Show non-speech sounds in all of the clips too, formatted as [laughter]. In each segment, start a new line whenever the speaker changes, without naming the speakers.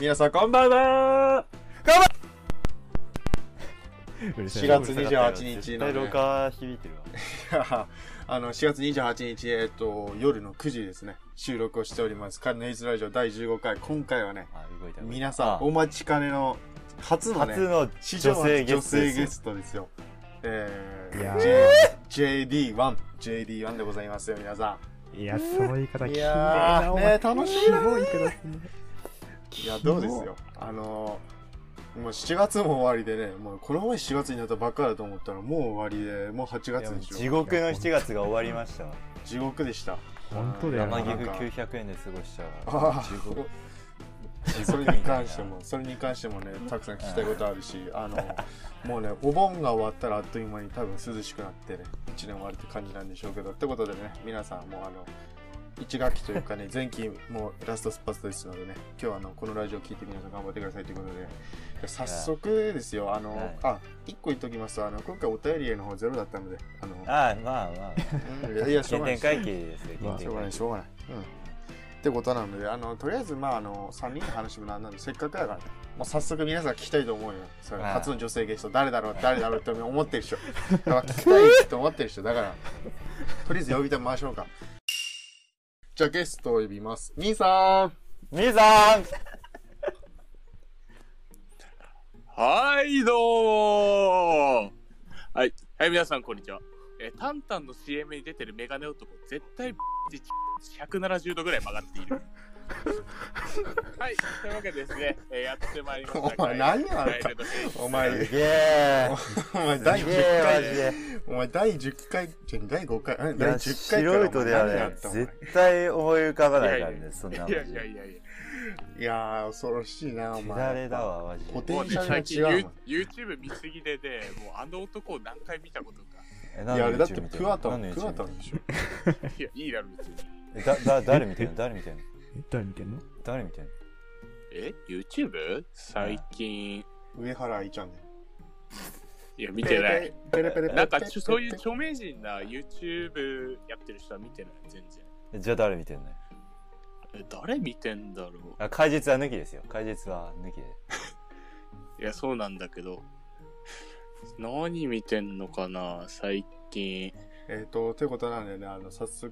皆さんこんばんは4月28日のね
絶対廊下響いてるわ。
あの、4月28日、えっと、夜の9時ですね、収録をしております。カルネイズラジオ第15回。今回はね、
あ、動いた。
皆さんお待ちかねの初のね
初、の
史
女
上初
性ゲ
女
ストで
性
すよ
ゲ。ストですよ。え
いや
ー、J- JD1、JD1 でございますよ、皆さ
いや、その言い方、
ん。
き
い
れい
や
な
ー、
お
ね
前、
楽し
キ
いな。
モい言い方ですね。
いや、どうですよ。あのー、もう7月も終わりでね、もうこの前4月になったばっかだと思ったら、もう終わりで、もう8
いや
月
もう
で
地
しょ。
獄の7月が終わりましたわ。
地獄でした。
本当だよな
生
なん
ギ
か
フ900円で過ごしちゃうわ。
あ
地獄
あ、それに関しても、それに関してもね、たくさん聞きたいことあるし、あの、もうね、お盆が終わったらあっという間に多分涼しくなってね、1年終わるって感じなんでしょうけど、ってことでね、皆さんもうあの、1学期というか
[laughs]
ね、前期もうラストスパートですのでね、今日はあの、このラジオを聞いて皆さん頑張ってくださいということで、早速ですよ、あの、
はい
あ、1個言っときますと、あの、今回お便りへの方ゼロだったので、あの、
ああ、まあまあ。
うんいやいや、しょう
原
がない
点
です。
回帰ですね。
まあ、しょうがない、しょうがない。うん。ってことなので、あの、とりあえず、まあ、あの、3人の話もなんなんで、せっかくだから、もう早速皆さん聞きたいと思うよ。それ
はい
初の女性ゲスト、誰だろう、誰だろうって思ってるでしょ。だから聞きたいって思ってるでしょ。だから、とりあえず呼びた回しょうか。じゃあ、ゲストを呼びます。兄さん
みさん
はい、どうもはい、はい、皆さん、こんにちは。えータンタンの CM に出てるメガネ男、絶対、170度ぐらい曲がっ
[laughs]
ている。はい、というわけでですね、えーやってまいりました。
お前何やあんた
ガイルドヘイズ
お前、
すげえ
お前、
す
第
げ
10
えマ
回、
ジで。
お前、第10回、じゃ第5回、うん
い
第
や、
10回
素人では
何やっ
ね、
たお前
絶対思い浮かばないから
いや
ね、そんない
や
マジ
いや
で。
いやいや。
いやー、恐ろしいな、お
手
前。
だれだわ、マジ
ポ
で。
テン
もう
シ
ね、
ャ
最
ル
近
が違うもん
You- YouTube 見すぎでね、もうあの男を何回見たことか。
え
いや、あれだって、クワタ
何
ン、
の YouTube
クワタンでしょ。
いや、いいだろ、別に。
えだ、だ、誰見てんの誰見てんの
え誰見てんの
誰見てんの
え ?YouTube? 最近、
上原愛ちゃんね。
いや、見てない。。
ペレペレペレペレペレ
なんかちょそういう著名人な YouTube やってる人は見てない全然
えじゃあ誰見てんの
え誰見てんだろう
あ、解説は抜きですよ。解説は抜きで。
いやそうなんだけど何見てんのかな最近
えっと、ということなんでね、あの、早速、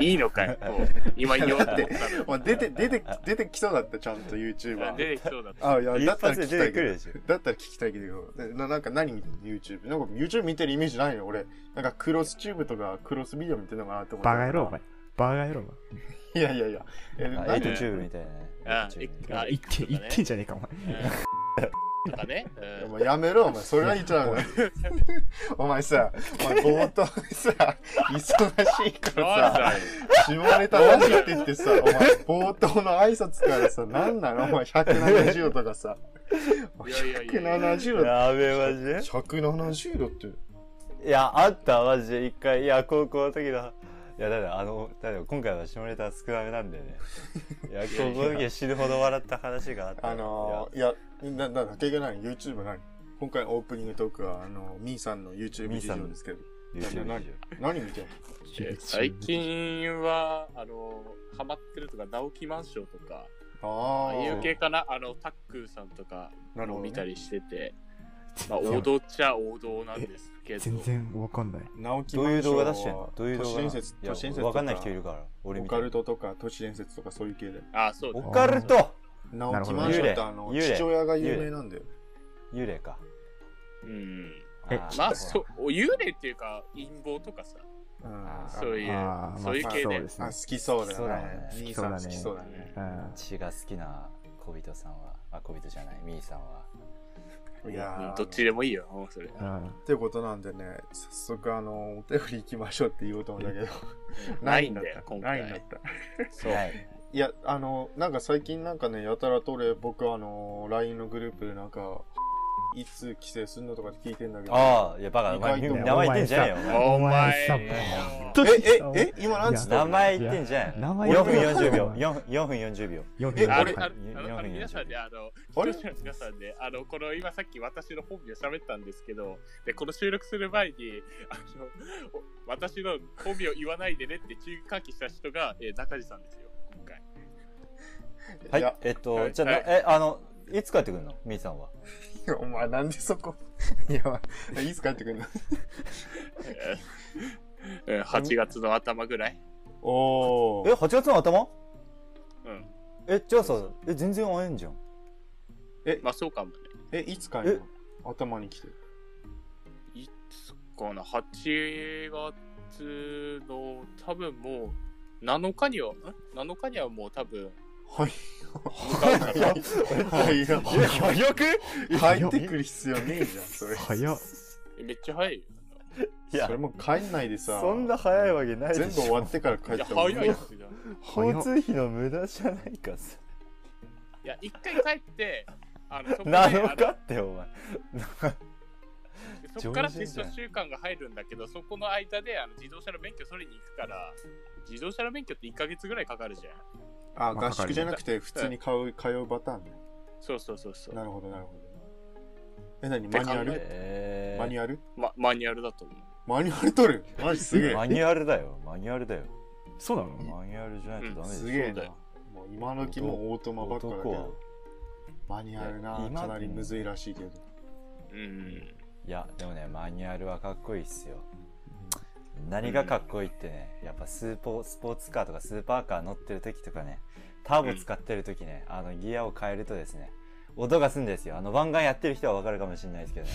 いいのかよ [laughs] もう今言おうと思ったの
まあ出て、出て、出てきそうだった、ちゃんと YouTuber。
出てきそうだった
あ、いや、
一
だったら
発
聞
で
きた
出て
い
く
け
る
ど。
でしょ。
だったら聞きたいけど、ななんか何見てんの ?YouTube。なんか YouTube 見てるイメージないよ、俺。なんかクロスチューブとかクロスビデオ見てんのかなって思って。
バカ野郎、お前。バカ野郎、
いやいやいや。え、
あ
なんで
YouTube みたいなね。
あ
YouTube みたい
お
な
前。
あ
言って、
そうだ
言
ね
ってんじゃねえか、お前。
うんとかね、
お
うん
前やめろ、お前。それは言っちゃダメだ。 [laughs] お前さ、お前冒頭でさ、忙しいから
なん
さ。
だよ
下ネタなしって言ってさ、お前、冒頭の挨拶からさ、なんなのお前、170度とかさ。
いやいやいや
170度。
やべえ、マジで
170度って。
いや、あった、マジで、一回。いや、高校の時だ。いや、だから、あの、だから今回は下ネタ少なめなん
[laughs]
でね。いや、高校の時は死ぬほど笑った話があった。
あのー、いや、な、な、だけがない ?YouTube 何今回オープニングトークは、あの、みーさんの YouTube
み
事
ーさん
情
の
ですけど。
いや、YouTube 以上
何見てんの
え最近はあのハマってるとか直木マンションとかあ
あ
あ
ー
いう系かなあのタックーさんとか
なるほ
も
ど、
見
ね。
たりしてて、まあ、王道っちゃ王道なんですけど
全然わかんない。
直木
どういう動画出してん
マンションは
のどういう動画
都市伝説、
いや
都市伝説とか。
わかんない人いるから、俺
オ
みた
カ
い
ル
に。
トとか都市伝説とかそういう系で。
あそう
オ
だ
カルト
直木
ほど
マンションってあの、
幽霊
父親が有名なんだよ。
幽霊か。
うん
え
ー
まあそうお幽霊っていうか陰謀とかさ
うん
あー
そういう
あー
そういう系で
まあそうです
あ、
ね
好。きそうだ
好きそうだ
ね
ね。
兄さん好きそうだね。
うん
血が好きな小人さんは、あ、小人じゃない、ミーさんは。
いや
う
ー
んどっちでもいいよもうそれ
うん
ってことなんでね、早速あの、お便り行きましょうって言おうと思うんだけど、
ないんだよ今
ないんだっ
回
た。
そう
はい。
いや、あの、なんか最近なんかね、やたらと俺、僕あの、LINE [laughs] のグループでなんか、いつ帰省すんのとかって聞いてんだけど。
ああ、いや、バカ、お前、
意外と
名前言ってんじゃねえよ、お前
お前
前さ
も
どう
え
し、た
え、え、今なんつっ
い
た
名前言ってんじゃん。
名前
4分40秒。
4
4, 4分40秒。
分
え
あ
俺
れ
40
あ
秒
れあのあの皆さんであの
あれ
視聴者の皆さんであのこの今さっき私の本名喋ったんですけどでこの収録する前にあのお私の本名言わないでねって注意喚起した人が、えー、中地さんですよ今回
は
や
い。えっ
は
と、
い
じゃあ、
はい
え、あの、いつ帰ってくるのみーさんは。
お前なんでそこ。 [laughs] いや、いつ帰ってくるの
えーえー8月の頭ぐらい
お
え、
ー。
8月の頭
うん
え、じゃあさ、え、全然会えんじゃん。
まあそうかもね
え、いつ帰るの頭に来てる。
いつかな8月の多分もう7日にはん7日にはもう多分
はい。
向かうから
はい。
早く
帰ってくる必要ねえじゃん、それ。
早っ
めっちゃ早いよ
いや
それ、もう帰んないでさ。
そんな早いわけないでしょ。
全部終わってから帰
いや
っても
早いっすよ
交通費の無駄じゃないかさ。
いや、一回帰って、あの、そこであ
7日
の
って、お前。
そこからテ
上
ス
手じ
ト
ゃん
週間が入るんだけど、そこの間で、あの、自動車の免許取りに行くから、自動車の免許って1ヶ月ぐらいかかるじゃん。
あ、
まあ
合宿じゃなくて普通に買う、通うパターンね。
そうそうそうそう。
なるほど、なるほど。え、なにマニュアル
えー
マニュアル
ま、マニュアルだと思う。
マニュアル取るマジすげえ。
マニュアルだよ。マニュアルだよ。
そうなの
マニュアルじゃないとダメでしょ。
すげえ
そう
な
だよ。
もう今の時もうオートマばっかだけ
男は
ど。マニュアル
い
な、
や今
かなりむずいらしいけど。
うん。
いやでもねマニュアルはかっこいいっすよ何がかっこいいってねやっぱスーポスポーツカーとかスーパーカー乗ってる時とかねターボ使ってる時ね、あのギアを変えるとですね音がするんですよあの湾岸やってる人はわかるかもしれないですけ
[laughs]
どね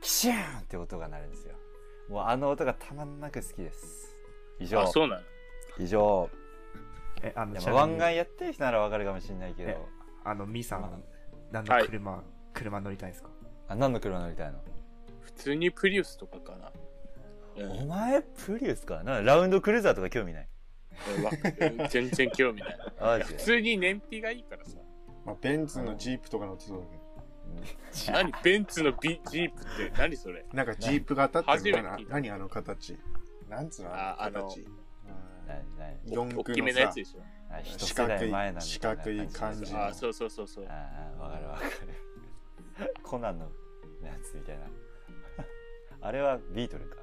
キシューンって音が鳴るんですよもうあの音がたまんなく好きです以
あ、
上
そうなの
以上
え、あの、
で
ち
も
なみ
湾
に
岸やってる人ならわかるかもしれないけ
え
ど
あの、ミさ
ま
ん、何
は
の
い
車、車乗りたいですか
あ何の車乗りたいの
普通にプリウスとかかな。うん
お前プリウスかなラウンドクルーザーとか興味ない
うんわうん全然興味ない。
マ
いや
ジで
普通に燃費がいいからさ。
まあ、ベンツのジープとか乗ってそうだけ
何ベンツのビジープって何それ
ど。なんかジープ型っていうのかな
初めて聞いた
何あの形。なんつうの
あ
あの
あ
形。
何何
四
大き
駆
め
の
のや
さ
つ、でしょ。
あ一
四
世
角
代
い
前なんだ
四角い感じ
あ、そうそうそうそう
あ。あわかるわかるコナンのやつみたいな [laughs] あれはビートルか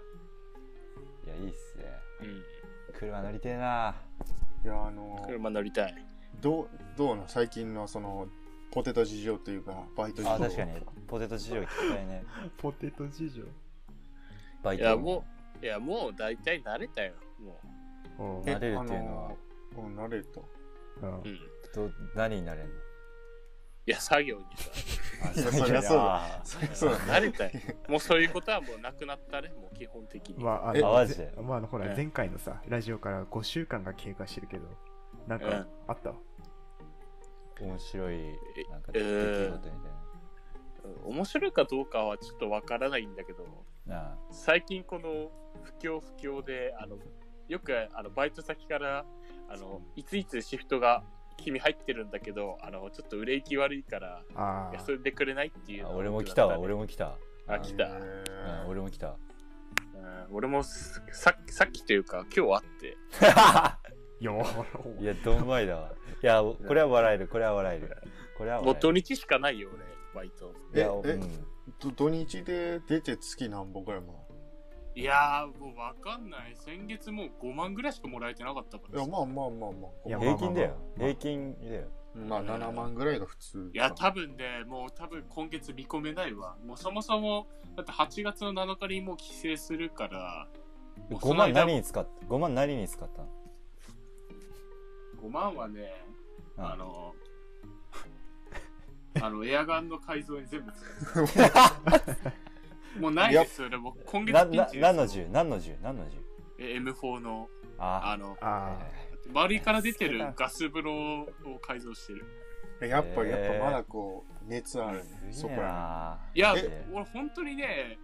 いやいいっすね
うん。
車乗りてえない
や、あの、
車乗りたい。
どう、どうな最近のその、ポテト事情というか、バイト事情。
あ確かにポテト事情聞きたいね
ポテト事情。
バイ
い
ト
や、もう、いや、もう大体慣れたよ。も
おう
え
慣れるっていうのは
あのーうん慣れた。
[laughs]
うん
う。うん。い
ど何になれんの
や、作業にさ。
いやそりゃそうだ
だ
そうだね。
慣れたよ。もうそういうことはもうなくなったね、もう基本的に。
まあ、あ
え
の、
マジ
ぜ
で
まあ、あのほ
ええ
ら、前回のさ、ラジオから5週間が経過してるけど、なん
え
か、あった
面白いなんか出
え
来
ー
事みたい
うん面白いかどうかはちょっとわからないんだけど、
なあ
最近この不況不況で、あの、よくあのバイト先から、あの、いついつシフトが君入ってるんだけど、あの、ちょっと売れ行き悪いから、
ああ。
休んでくれないってい
あ
うのが
俺も来たわ
多く
俺
なっ
も来た
あ来た
へー
うん俺も来た
たね。うん俺もすさっきさっきというか、今日会って、
よ
いやどんまいだわいやこれは笑えるこれは笑えるこれは
も
笑
う
え
土
る
日しかないよ、俺、バイト。
いや
ええ
うん
ど土日で出て月何本ぐらいも
いやー、もうわかんない。先月もう5万ぐらいしかもらえてなかったか
ら
らさ
ういや、まあまあまあまあ。
いや
平均だよ
まあまあまあ
平均だよ
まあ7万ぐらいが普通。
いや、多分ね、もう多分今月見込めないわ。もうそもそも、だって8月の7日にもう帰省するから、も
5
うその
万
間
何に使った5万何に使ったの
5万はね、
うん
あ
[laughs]
の、あの、エアガンの改造に全部使う。もうないですよね、もう今
な
月ピン
な
チですよ
何の銃何の銃何の銃
え M4 の、あ
あ
の、
あ
丸いから出てるガス風呂を改造してる。
[laughs] やっぱ、
えー
やっぱまだこう、熱あ
あ
るね。そこら
いや
え、
俺本当にね、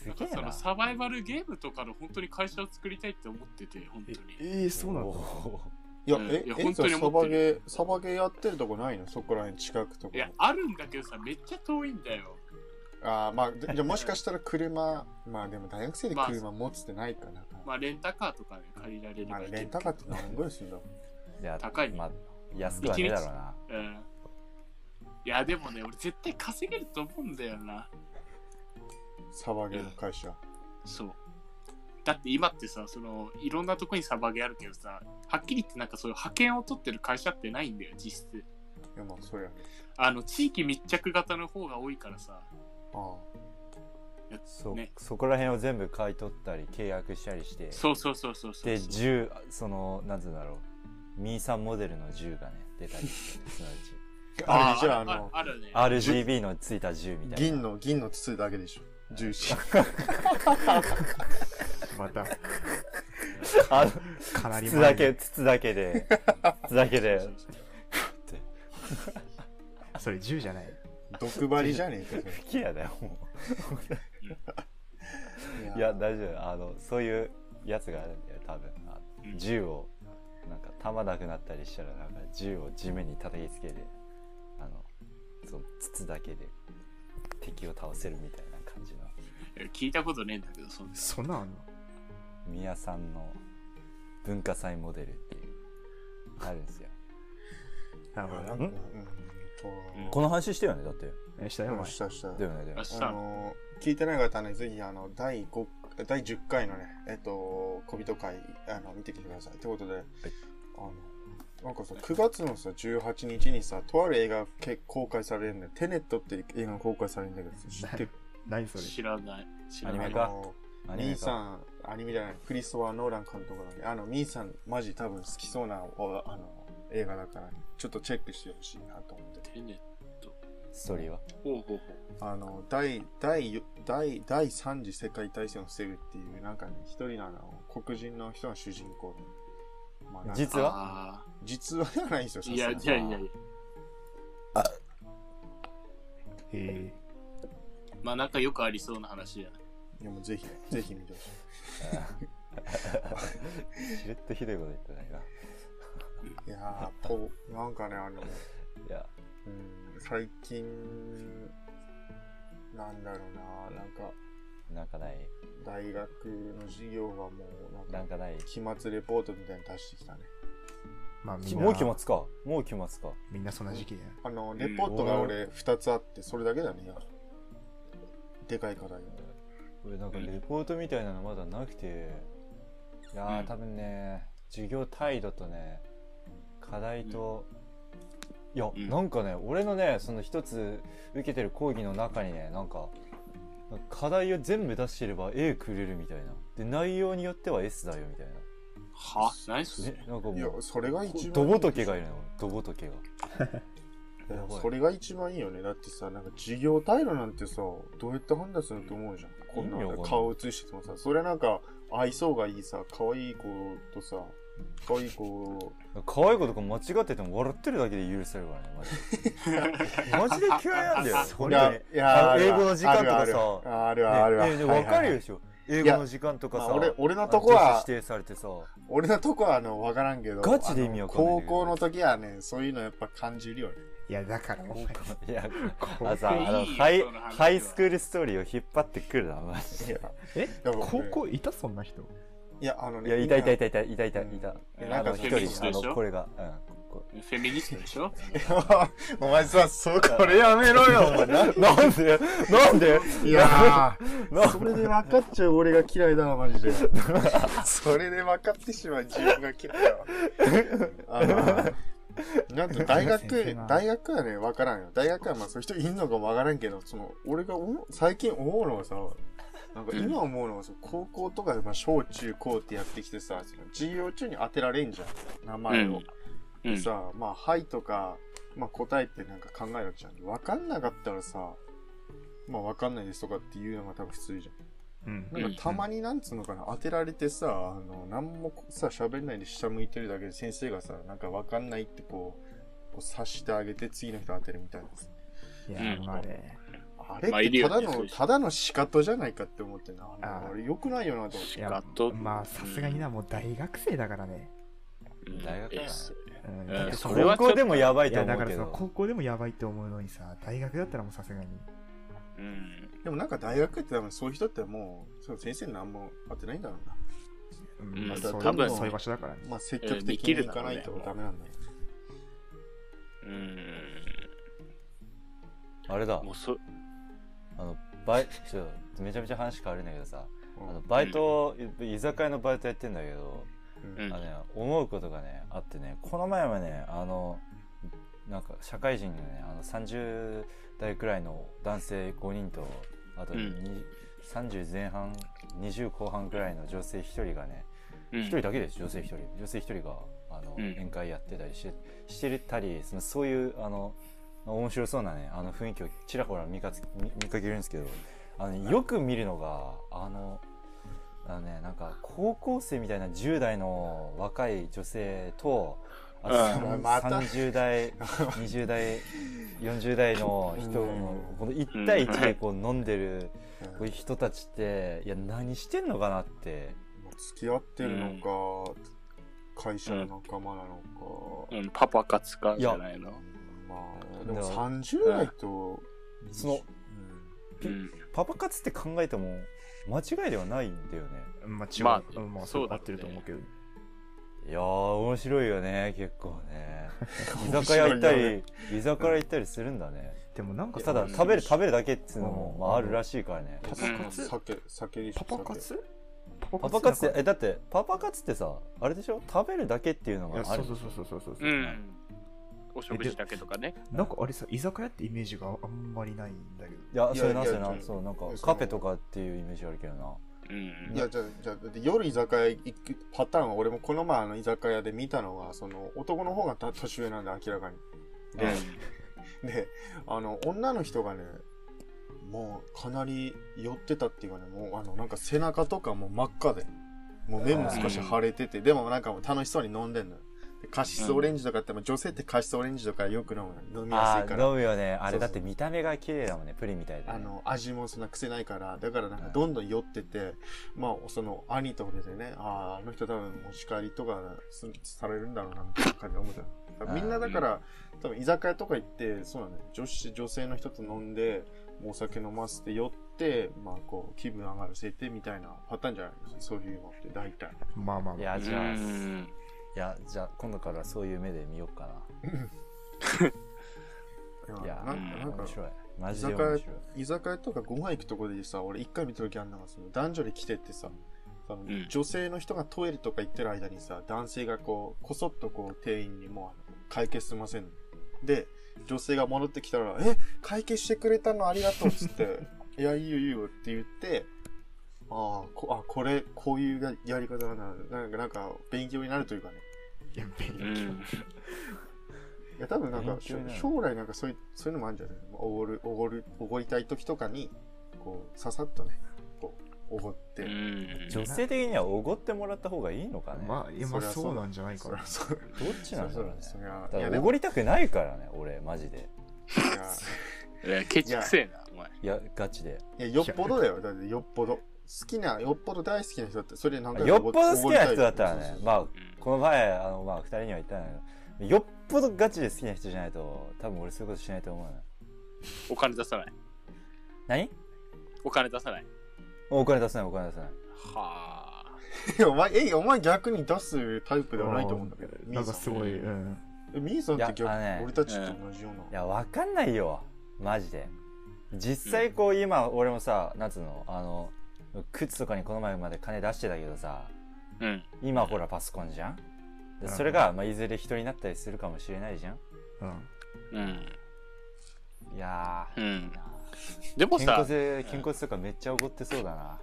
す
なん
げえ
かそ
な
のサバイバルゲームとかの本当に会社を作りたいって思ってて、本当に。
ええー、そうなんだ。
おー
いや、
うん
え
いや、
え、
本
そ
当
れ
に
サ
思っ
バ
て
ゲー
る、
サバゲーやってるとこないのそこら辺近くと
い
か。
や、あるんだけどさ、めっちゃ遠いんだよ。
ああ、まあ、でじゃあもしかしたら車、 [laughs] まあでも大学生で
まあ
車持つってないかな。
まあ、レンタカーとかね、借りられる
まあ、
から。
レンタカーって何ぐらいするんだろ
じゃあ
高い
まあ、安くはねえだろうな。
うん。いや、でもね、俺絶対稼げると思うんだよ
う
な。
サバゲーの会社。
そう。だって今ってさ、その、いろんなとこにサバゲーあるけどさ、はっきり言ってなんかそういう派遣を取ってる会社ってないんだよ、実質。
いや、まあ、そりゃね。
あの、地域密着型の方が多いからさ。
あ
やつ
そ,、
ね、
そこら辺を全部買い取ったり契約したりして
そうそうそうそうそう
で銃そのなんつうんだろうミーさんモデルの銃がね出たりしてすな
あ。あ
わち
れじゃあ、あ
あ
の、
あるね。
RGB のついた銃みたいな
銀の、銀の筒だけでしょ。重視。
また、
あの
かなり
筒
前
だ
に
け筒だけ [laughs] で筒だけで
それ10じゃない。
毒針じゃねえか
吹き矢だよも
それ。
ういや大丈夫あのそういうやつがあるんだよ多分あ
うん
銃をなんか弾なくなったりしたらなんか銃を地面に叩きつけてあのその筒だけで敵を倒せるみたいな感じの
聞いたことねえんだけど、そんな
そんなんあんの
宮さんの文化祭モデルっていうあるんですよ
なる
いやな
ほ
んか
ん
ど
うん
この話してよねだって
え。した
と、
よ、お
うん
前。
したした。
だよねだよね
あし
あ
たの。
の聞いてない方はね、ぜひ、あの、第五第10回のね、えっと、小人会、あの、見てきてください。ということで、あの、なんかさ、9月のさ、18日にさ、とある映画け公開されるんだよ。テネットって映画が公開されるんだけどさ、知ってる
何それ。
知らない。知
[laughs]
ら
アニ
な
メ
い。
か
あの
アニメ
ミー
か
さん、アニメじゃない、クリストワー・ノーラン監督のね、あの、ミーさん、マジ多分好きそうな、おあの、映画だから、ちょっとチェックしてほしいなと思ってて。
テネ
ストーリーは
ほうほうほう。
あの、第、第よ、第、第三次世界大戦を防ぐっていう、なんかね、一人なの、黒人の人が主人公で。まあ、なんか
実は
あ
実はではないんですよ、
ーいや、い
さすが
や
に
いやいや。
へ
まあなんかよくありそうな話や。
いや、もうぜひ、ぜひ見てほしい。
しれっとひどいこと言ってないない
やー、こう、なんかね、あの、
いや
うん、最近、なんだろうな、なんか、
なんかない
大学の授業はもう、なんか
な、んかない
期末レポートみたいに出してきたね。
え。まあ、みん
もう期
な
末、かもう期末か
みんなそんな時期だよ。
あの、レポートが俺2つあって、それだけだね。でかい課題が。
俺なんかレポートみたいなのまだなくていや
う
ー
ん
多分ね授業態度とね課題と、いや、
うん
なんかね俺のねその一つ受けてる講義の中にねなんか課題を全部出してれば A くれるみたいなで内容によっては S だよみたい
は何そ
な
れ
ねなんかも
いや、
う
それが一番。
どぼとけがいるのどぼとけが
いや
やばい
それが一番いいよね。だってさ、なんか授業態度なんてさ、どうやって判断すると思うじゃん。こんな
意味わかん
の
ない
顔映しててもさ、それなんか愛想がいいさ、可愛い子とさ、可愛い子、
可愛い子とか間違ってても笑ってるだけで許せるからねマジでマジで嫌いなんだよ
そ
本
い
当
や
に
いや
あ
あ
の
る
英語の時間とかさ
あるあるあるあるあるある
ねねねわか
はい
る
はい
でしょ英語の時間とか
ま
さ、
あ俺俺のとこは
あの女子指定されてさ
俺のとこはあの、わからんけど、
ガチで意味わかんないん
あ
だ
の
けど
高校の時はね、そういうのやっぱ感じるよね。
いや、だから、お前。
いや
こ
あさあの
いいよ
ハイ
その話は
ハイスクールストーリーを引っ張ってくるなマジ
いや
で、
え
でも
高校いたそんな人
いや、あのね。
いやいたいたいたいたいたいた
うん
いた
えな
あ
ん
の
か
一
フェミニスト
人あ
でしょ
のこれがうんこ
フェミニストでしょ
[laughs] お前さ、そう、これやめろよ、お前。な
こなんでなんで
いや
な
ー、 [laughs] それで分かっちゃう俺が嫌いだな、マジで。 [laughs] それで分かってしまう自分が嫌いだわ。あのーなんと大
先生
学
が、
大学はね、分からんよ。大学はまあそういう人いんのかも分からんけど、その、俺が思う最近思うのはさ、なんか今思うのはさ、高校とかでまあ小中高ってやってきてさ、その授業中に当てられんじゃん、名前を。
うんうん。
さまあ「はい」とか、まあ、答えってなんか考えなくちゃ分かんなかったらさまあ分かんないですとかっていうのが多分普通じ
うん
ゃん。なんかたまになんつうのかな、当てられてさ、あの、なんもさ、喋んないで下向いてるだけで先生がさ、なんか分かんないってこう、こう察してあげて次の人当てるみたいなさ。
いや、
うん
まあね。
あれ
まあい
っ
る
て
よ
た
ね
だ
そう
の、
いう人
ただの仕方じゃないかって思ってな。
あー
あれ良くないよなと思って。
い
ガ
や
ッと、
まあ、さすがにな、もう大学生だからね。
大学だな
です
うん
うん
だって
そ
そ
れ
こ
は
高校でもやばい
い
と
や
思
だ
う
から
け
その
ど
高校でもやばいって思うのにさ大学だったらもうさすがに
うん。
でもなんか大学って多分そういう人ってもう、その先生に何も当てないんだろうな。
うん
まあ
そう
多分
そういう場所だからね
まあ積極的に行かないとダメなんだよ。
うん。
あれだ
もうそ、
あのバイちょっとめちゃめちゃ話変わるんだけどさ
うん
あのバイト、居酒屋のバイトやってんだけど、
うん
うん
あのね、思うことがねあってねこの前はねあのなんか社会人のねあの30代くらいの男性5人とあと、
うん
に30前半20後半くらいの女性1人がね
うん
1人だけです女性1人女性1人があの、
うん
宴会やってたりしてしてたりそのそういうあの面白そうなねあの雰囲気をちらほら見かつ見見かけるんですけどあのよく見るのがあのあのねなんか高校生みたいな10代の若い女性とあと
うん
さん
また
30代20代40代の人の
うん
この1対1でこう飲んでるこういう人たちっていや何してんのかなって
付き合ってるのか、会社の仲間なのか、
うん、パパ活かじゃないの。
まあ、でも
だから
30代と、
その
う
うん。
パパ活って考えても間違いではないんだよね
まあ違う、ま
まあ
あ、まあ
そ
そうう
だ
合
ろうね
ってると思うけど
いやー面白いよね結構ね居
面
酒
白
屋
いよ
行
ね
ったり居酒屋行ったりするんだね
でもなんか
ただ
うん
食べる食べるだけっつうのも、
うん
まあ、あるらしいからね
ん、
パ
パ。
酒
活
酒酒でしょ
パパ活パ
パパ活って
なんか
えだってパパ活ってさあれでしょ食べるだけっていうの
い
が
や
あ
そ
る
うそうそうそうそうそううん
お食事だけとかね。
なんかあれさ居酒屋ってイメージがあんまりないんだけど
いやそれ
いや
ない
や
それな
ちょ
そうなんか
その
カフェとかっていうイメージあるけどな
うん
い。やじゃあじゃあだって夜居酒屋行くパターンは俺もこの前あの居酒屋で見たのはその男の方がた年上なんで明らかに
うん
であの女の人がねもうかなり寄ってたっていうかねもうあのなんか背中とかもう真っ赤でもう目も少し腫れてて、でもなんかもう楽しそうに飲んでんのよでカシスオレンジとかって、まあ女性ってカシスオレンジとかよく飲むの飲みや
あ
すい
ー
から
飲むよねあ
そ
れ
うそ
だ
う
って見た目が綺麗だもんねプリンみたいで
あの味もそんな癖ないからだからなんかどんどん酔ってて、まあその兄と俺でねあああの人多分持ち帰りとかすされるんだろうなみたいな感じで思ってただからみんなだから多分居酒屋とか行ってそうだね女子女性の人と飲んでもうお酒飲ませて酔ってまあこう気分上がらせてみたいなパターンじゃないですそういうのって大 [laughs] 体
まあまあ
い
まあ
やじゃあ
うん
いやじゃあ今度からそういう目で見ようかないや
なんかなんか
面白いマジで面白い
居酒屋とかご飯行くとこでさ俺一回見た時あんのがその男女で来てってさその
ん
女性の人がトイレとか行ってる間にさ男性がこうこそっとこう店員にもうあの解決すいませんで女性が戻ってきたら「え解決してくれたのありがとう」っつって [laughs] 「いやいいよいいよ」って言ってああこあこれこういうややり方なんだなんかなんか勉強になるというかね
いや勉
う
強
ん。
いや多分なんか
勉強
将
になる
将来なんかそういうそういうのもあるんじゃないおごるおごるおごりたい時とかにこうささっとねこうおごって、
うん
女性的にはおごってもらった方がいいのかね、
まあいやまあそうなんじゃないか
そり
な
ゃそう
どっちなんだろうね
そりゃそり
だ
ゃい
か
や
ら
で
お
も
ごりたくないからね俺マジで
いや
いやケチくせえな、お前。
いやガチで [laughs]
いやよっぽどだよだってよっぽど好きなよっぽど大好きな人だってそれなんか
よっぽど好きな人だったらねまあ
うん
この前あのまあ2人には言ったんだけどよっぽどガチで好きな人じゃないと多分俺そういうことしないと思うの
お金出さない。
何
お金出さない。
お金出さないお金出さない
はあ。
あお前え [laughs] お前逆に出すタイプではないと思うんだけど
なんかすごい、うん、
えミーさんって
い
逆
やあのね
俺たちと同じよう
い
な、
やわかんないよマジで実際こう今俺もさ夏のあの靴とかにこの前まで金出してたけどさ
うん。
今ほらパソコンじゃんで
うん
それが、まあ、いずれ人になったりするかもしれないじゃん
うん、
うん。
いやー、
うん
いいなあ
でも
健
さ
康、性健康性とかめっちゃ怒ってそうだな、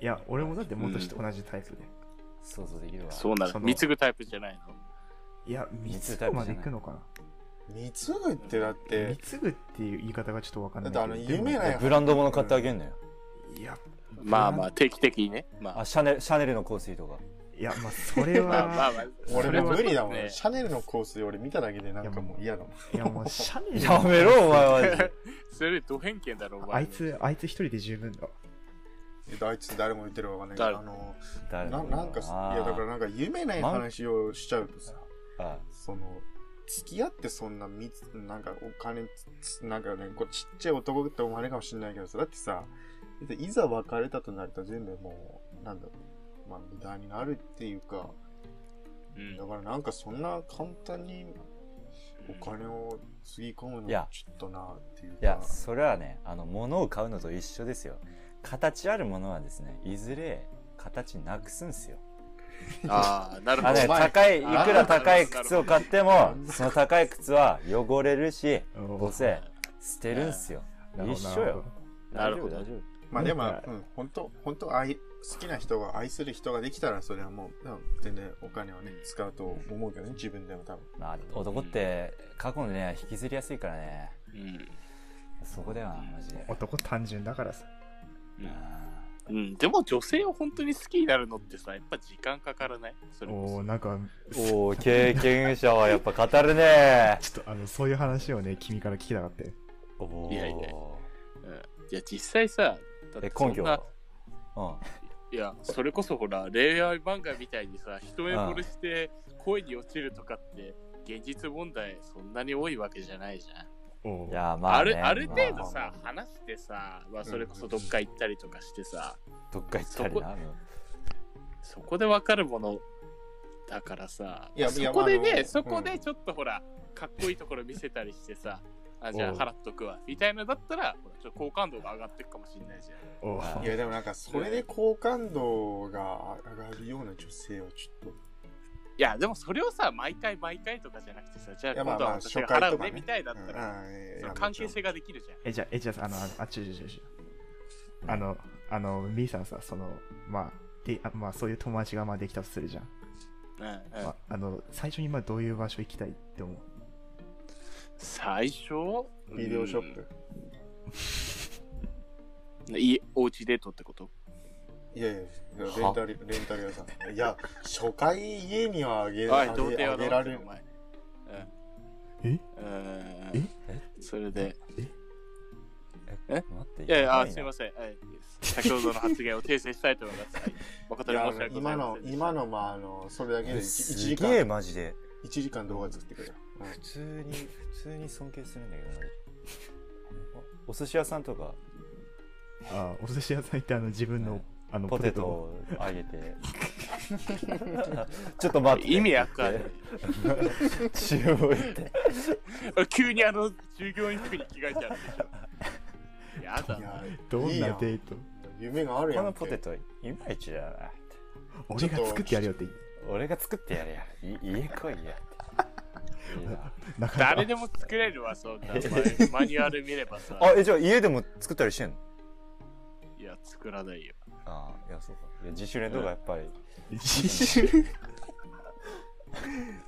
いや俺もだって元と同じタイプで、
想像できるわ
そうな
そ
の。
の
貢ぐタイプじゃない
いや三つ子まで行くのかな
貢ぐってだって
三つぐっていう言い方がちょっとわかんな
だ
い
っ
け
て
ど
あの
でも
夢ない
ブランド物買ってあげんのよ、
いや
の。まあまあ、定期的にね。まあ
あシャネルシャネルの香水とか
いやまあそれは、
[laughs] まあまあまあ。それ
俺
は
も無理だもん、
ね
シャネルのコースで俺見ただけでなんかもう嫌だもん
いやもうシャネル
やめろお前は
[laughs]
[laughs] それ、ド偏見だろ、お前。
あいつあいつ一人で十分だ
えっとあいつ誰も言ってるかわかんないけ
誰
ど、あの、
誰
な
だ
なんか、いやだからなんか夢ない話をしちゃうとさ、
ら
その、付き合ってそんなみつ、なんかお金つ、つなんかね、こうちっちゃい男って思われるかもしれないけどさ、だってさ、だっていざ別れたとなると全部もう、なんだろう、まあ無駄になるっていうか、
うん
だからなんかそんな簡単にお金をつぎ込むの
いや
はちょっとなっていうか。
いやそれはねあの物を買うのと一緒ですよ形あるものはですねいずれ形なくすんすよ
ああ、なるほ
あ
ど。
[laughs]
のね
お前
高いいく
あ
ら高い
なるほど
靴を買ってもその高い靴は汚れるしどうせ捨てるんすよ
なるほ
一
ど
緒よ
なるほど
大丈夫大丈夫
まあでも、
なんか
うん、本当本当愛、好きな人が愛する人ができたら、それはもう、うん全然お金をね、使うと思うけどね、自分でも多分。
まあ男って過去のね引きずりやすいからね
うん
そこだよなマジで
男単純だからさ。
う
うん、でも女性を本当に好きになるのってさ、やっぱ時間かからないそれこそ
おおなんか、
んおお経験者はやっぱ語るね
ちょっとあの、そういう話をね、君から聞きたかったよ。
おお
いやいやいや、実際さ、だって
え
そん
根拠
な
はうん
いや、それこそほら、恋愛漫画みたいにさ、一目惚れして恋に落ちるとかって、現実問題そんなに多いわけじゃないじゃん。
おお
い
ー。
やまあ、
あ
ね、
るある
まあ
程度さ、話してさ、まあ、それこそどっか行ったりとかしてさ、
どっか行ったりな
そこで分かるものだからさ
いや、い
そ
や
こ
あ
でね、
の
そこ
う
で
ん
ちょっとほら、かっこいいところ見せたりしてさ、あじゃ
うん
あ払っとくわ、みたいなのだったら、ほらちょっと好感度が上がってくかもしれないじゃん。
おお
いやでもなんかそれで好感度が上がるような女性はちょっ
いや、でもそれをさ、毎回毎回とかじゃなくてさ、じゃあ
といや
今度は私が払うね、みたいだったら、
うん
その関係性
が
ができるじゃん。
え、じゃあ、え、じゃあ、あの、あのあ、ちょちょちょちょ。あの、あの、ミーさんさ、その、まあ、で、あまあ、そういう友達がまあできたとするじゃん。
うんうん
まあ、あの、最初にまあ、どういう場所行きたいって思う。
最初
ビデオショップ、
うんいいおうちデートってこと
いやいやレンタルレンタル屋さんいや初回家にはあげ
はい、
あ
童
げ
貞
あ
はど
げ
う
られる
お前
え
うんうん
え
それで、
え
え
待って
いやいや、あす
ば
みません。はい先ほどの発言を訂正したいと思います。はい誠に申し訳ご
今
ざいま
の
せんでした。
今のまああのそれだけで 1,
す
時
げえ
間
マジで
一時間動画作ってくれ、うん
普通に普通に尊敬するんだけどマジでお寿司屋さんとか
あーお寿司屋さん行って、あの、自分の、
はい
あの、
ポ
ポ
テ
テ
ト
トを。
をあげて [laughs] ちょっと待って
意味わかんない
注文行って
急にあの従業員服に着替えちゃうんでしょ。やだ
[laughs] い。や
どん
いいや
なんデート
夢があるや
こ
ん
の
け
ポテトいまいちだな
俺が作ってやるよって
俺が作ってやるやい家来いやいいな
なかなか
誰でも作れるわ、そん
[laughs]
な。ママニュアル見ればさ。
あえじゃあ家でも作ったりしてんの
いや、作らないよ。
ああいやそうかいや自主練とかやっぱり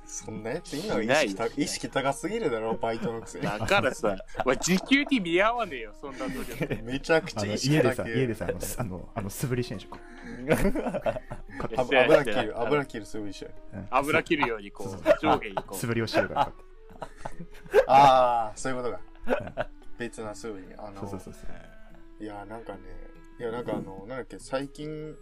そんなやついんの意
ない
識た意識高すぎるだろバイトのく
[laughs]
せに
だか
[laughs]
らさ、お前時給に見合わねえよ、そんな努力。
めちゃくち
あ
ゃ
の
意識
家で
高
さ
い
家でさあのすあのあの素振りしてんでしょ
いや
あ油切
して
る
ない
油切るすぐ一
[laughs]
緒や
うん
油切るようにこ
そう
う、上下にこ
素
う。
振りをしてるから
ああそういうことか別なすぐにあの
そうそうそうそう
いやなんかねいやなんかあのなんだっけ最近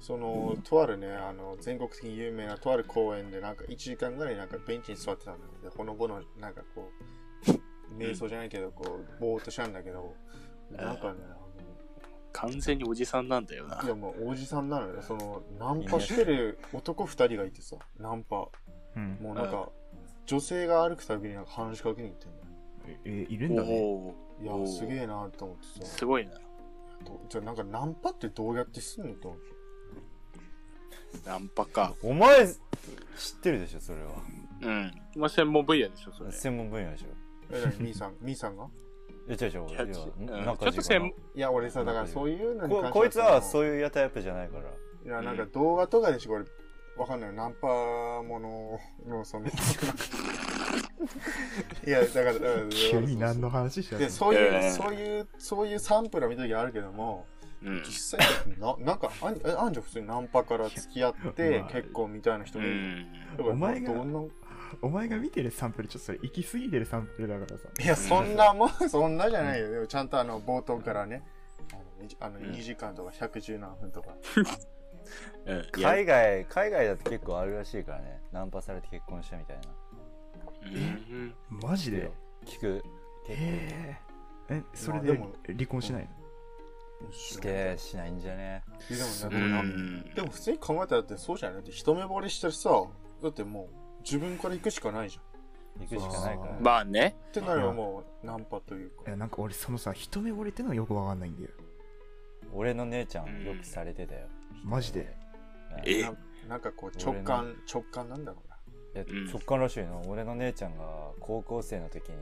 そのとあるねあの全国的に有名なとある公園でなんか1時間ぐらいなんかベンチに座ってたんだよでほのぼのなんかこう瞑想じゃないけどこうぼーっとしたんだけどなんかねあの
完全におじさんなんだよな。
いやもうおじさんなのよそのナンパしてる男2人がいてさナンパ
うん
もうなんか女性が歩くたびになんか話しかけに行ってん
えいるんだね
お
だよい
お
や
ー
すげえなと思って
お、
さ
すごいな。
どじゃあなんかナンパってどうやってすんのと思って
ナンパか。
お前知ってるでしょそれは
うん。まあ、専門分野でしょ、それ。
専門分野でしょ
え何みーさんみーさんが
いや違う違う
い
い
や
や
ちうん
なん
ちょ
か
っと専門
いや俺さだからそういうのに
こ
関して
こいつはそう
いう
いうやタイプじゃないから
いやなんか動画とかでしか俺わかんないよナンパもののそのいやだからだから
急に何の話して
で
る
そういう、
ええ
そういうそういうサンプルは見た時あるけども
うん
実際な [laughs] なんかあんえあんじゃん普通にナンパから付き合って
まあ
結婚みたいな人
う
もいる
ん。
だから
お前が
どんな
お前が見てるサンプルちょっとそれ行き過ぎてるサンプルだからさ
[laughs] いやそんなもんそんなじゃないよでもちゃんとあの冒頭からねあのにあの
うん
2時間とか110何分とか、
うんいや
海外、海外だと結構あるらしいからね。ナンパされて結婚したみたいな。
うん
マジで
聞く。結構い
えーえ、それ
ま
で
あでも
離婚しないの
てしてしないんじゃね。
でもなん
う
かなん
ん
でも普通に考えたらだってそうじゃないだって一目惚れしてるさだってもう自分から行くしかないじゃ
行くしかないから。
まあね
んってなればもうナンパというか
いや、なんか俺、そのさ、一目惚れってのはよくわかんないんだよ。
俺の姉ちゃんよくされてたよ。
マジで
うん
え
ななんかこう直感直感なんだろうない
や
うん
直感らしいの俺の姉ちゃんが高校生の時に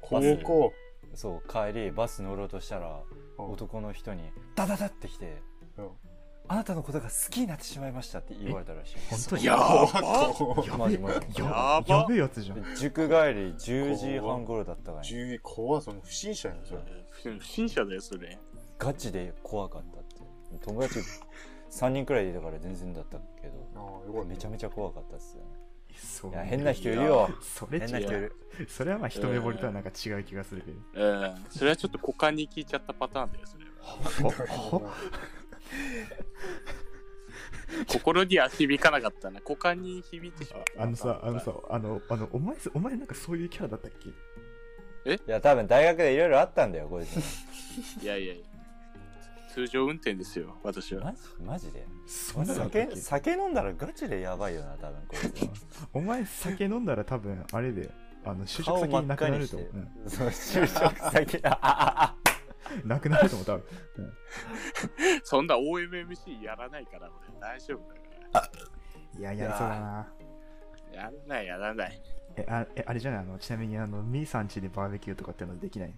高
バス
校
そう帰りバス乗ろうとしたら男の人にダダダってきて
うん
「あなたのことが好きになってしまいました」って言われたらしい
本当に
や
[laughs]
ば
高校
や
マ
べ
ジ
え
マジ
や
やば
やべえやつじゃん。
で塾帰り10時半頃だったからね
10怖いその不審者やんそれ
不審者だよそれ
ガチで怖かったって友達3人くらいいたから全然だったけど
ああよかった
めちゃめちゃ怖かったっすよね
そう
いや変な人いるよ
それ
変な
違。
人いうる
それはまあ一目惚れとはなんか違う気がするけど。
うんそれはちょっと股間に聞いちゃったパターンだよそれは
[laughs]
ほ
心には響かなかったな股間に響いてしまった
あのさ、あのさ、あの、あの、お前、お前なんかそういうキャラだったっけ
いや多分大学でいろいろあったんだよこいつ
いやいやいや通常運転ですよ私は
[laughs] マジマジで
そんなのあったっ
酒
け
酒飲んだらガチでやばいよな多分こいつは
お前酒飲んだら多分、あれだよ。あの、就職
顔
先
真
に
っ
な
赤 [laughs]
くな
に
る
し
と
て
思う。うん
そう就職 [laughs] 先ああああ
なくなると思う、多分。
そんな OMMC やらないから俺大丈夫だか
いや、いやりそうだな。
らやらないやらない
え、あえあれじゃないあの、ちなみに、あの、みーさん家でバーベキューとかってのはできない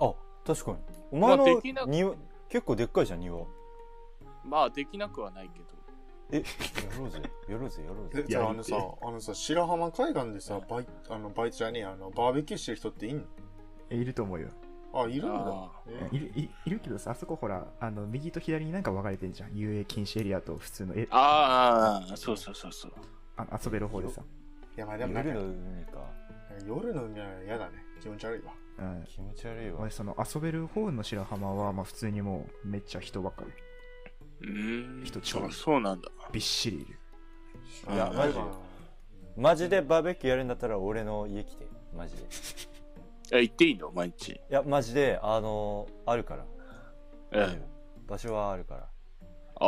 あ確かにお前
まあでき
の
な
庭結構でっかいじゃん庭
まあできなくはないけど
えやろうぜやろうぜやろう
え
ぜ
じゃああの
い
さ
や
あのさ白浜海岸でさバイあのバイトじゃねえやあのバーベキューしてる人っていん
え、いると思うよ。
のあいるんだ
あ
え
いるいいるけどさ、あそこほら、あの、右と左になんか分かれてんじゃん。遊泳禁止エリアと普通のえ
ああそうそうそうそう
あ遊べる方でさ。
いやまあでもなんか
夜の海か
夜の海は嫌だね気持ち悪いわ
うん。
気持ち悪いわ
俺その遊べる方の白浜は、まあ、普通にもうめっちゃ人ばっかり
うーん
人超
そうそうなんだ
びっしりいる
いや
うん
マジマジでバーベキューやるんだったら俺の家来てマジでい
え行っていいの毎日
やマジであのあるから
え
大丈夫場所はあるから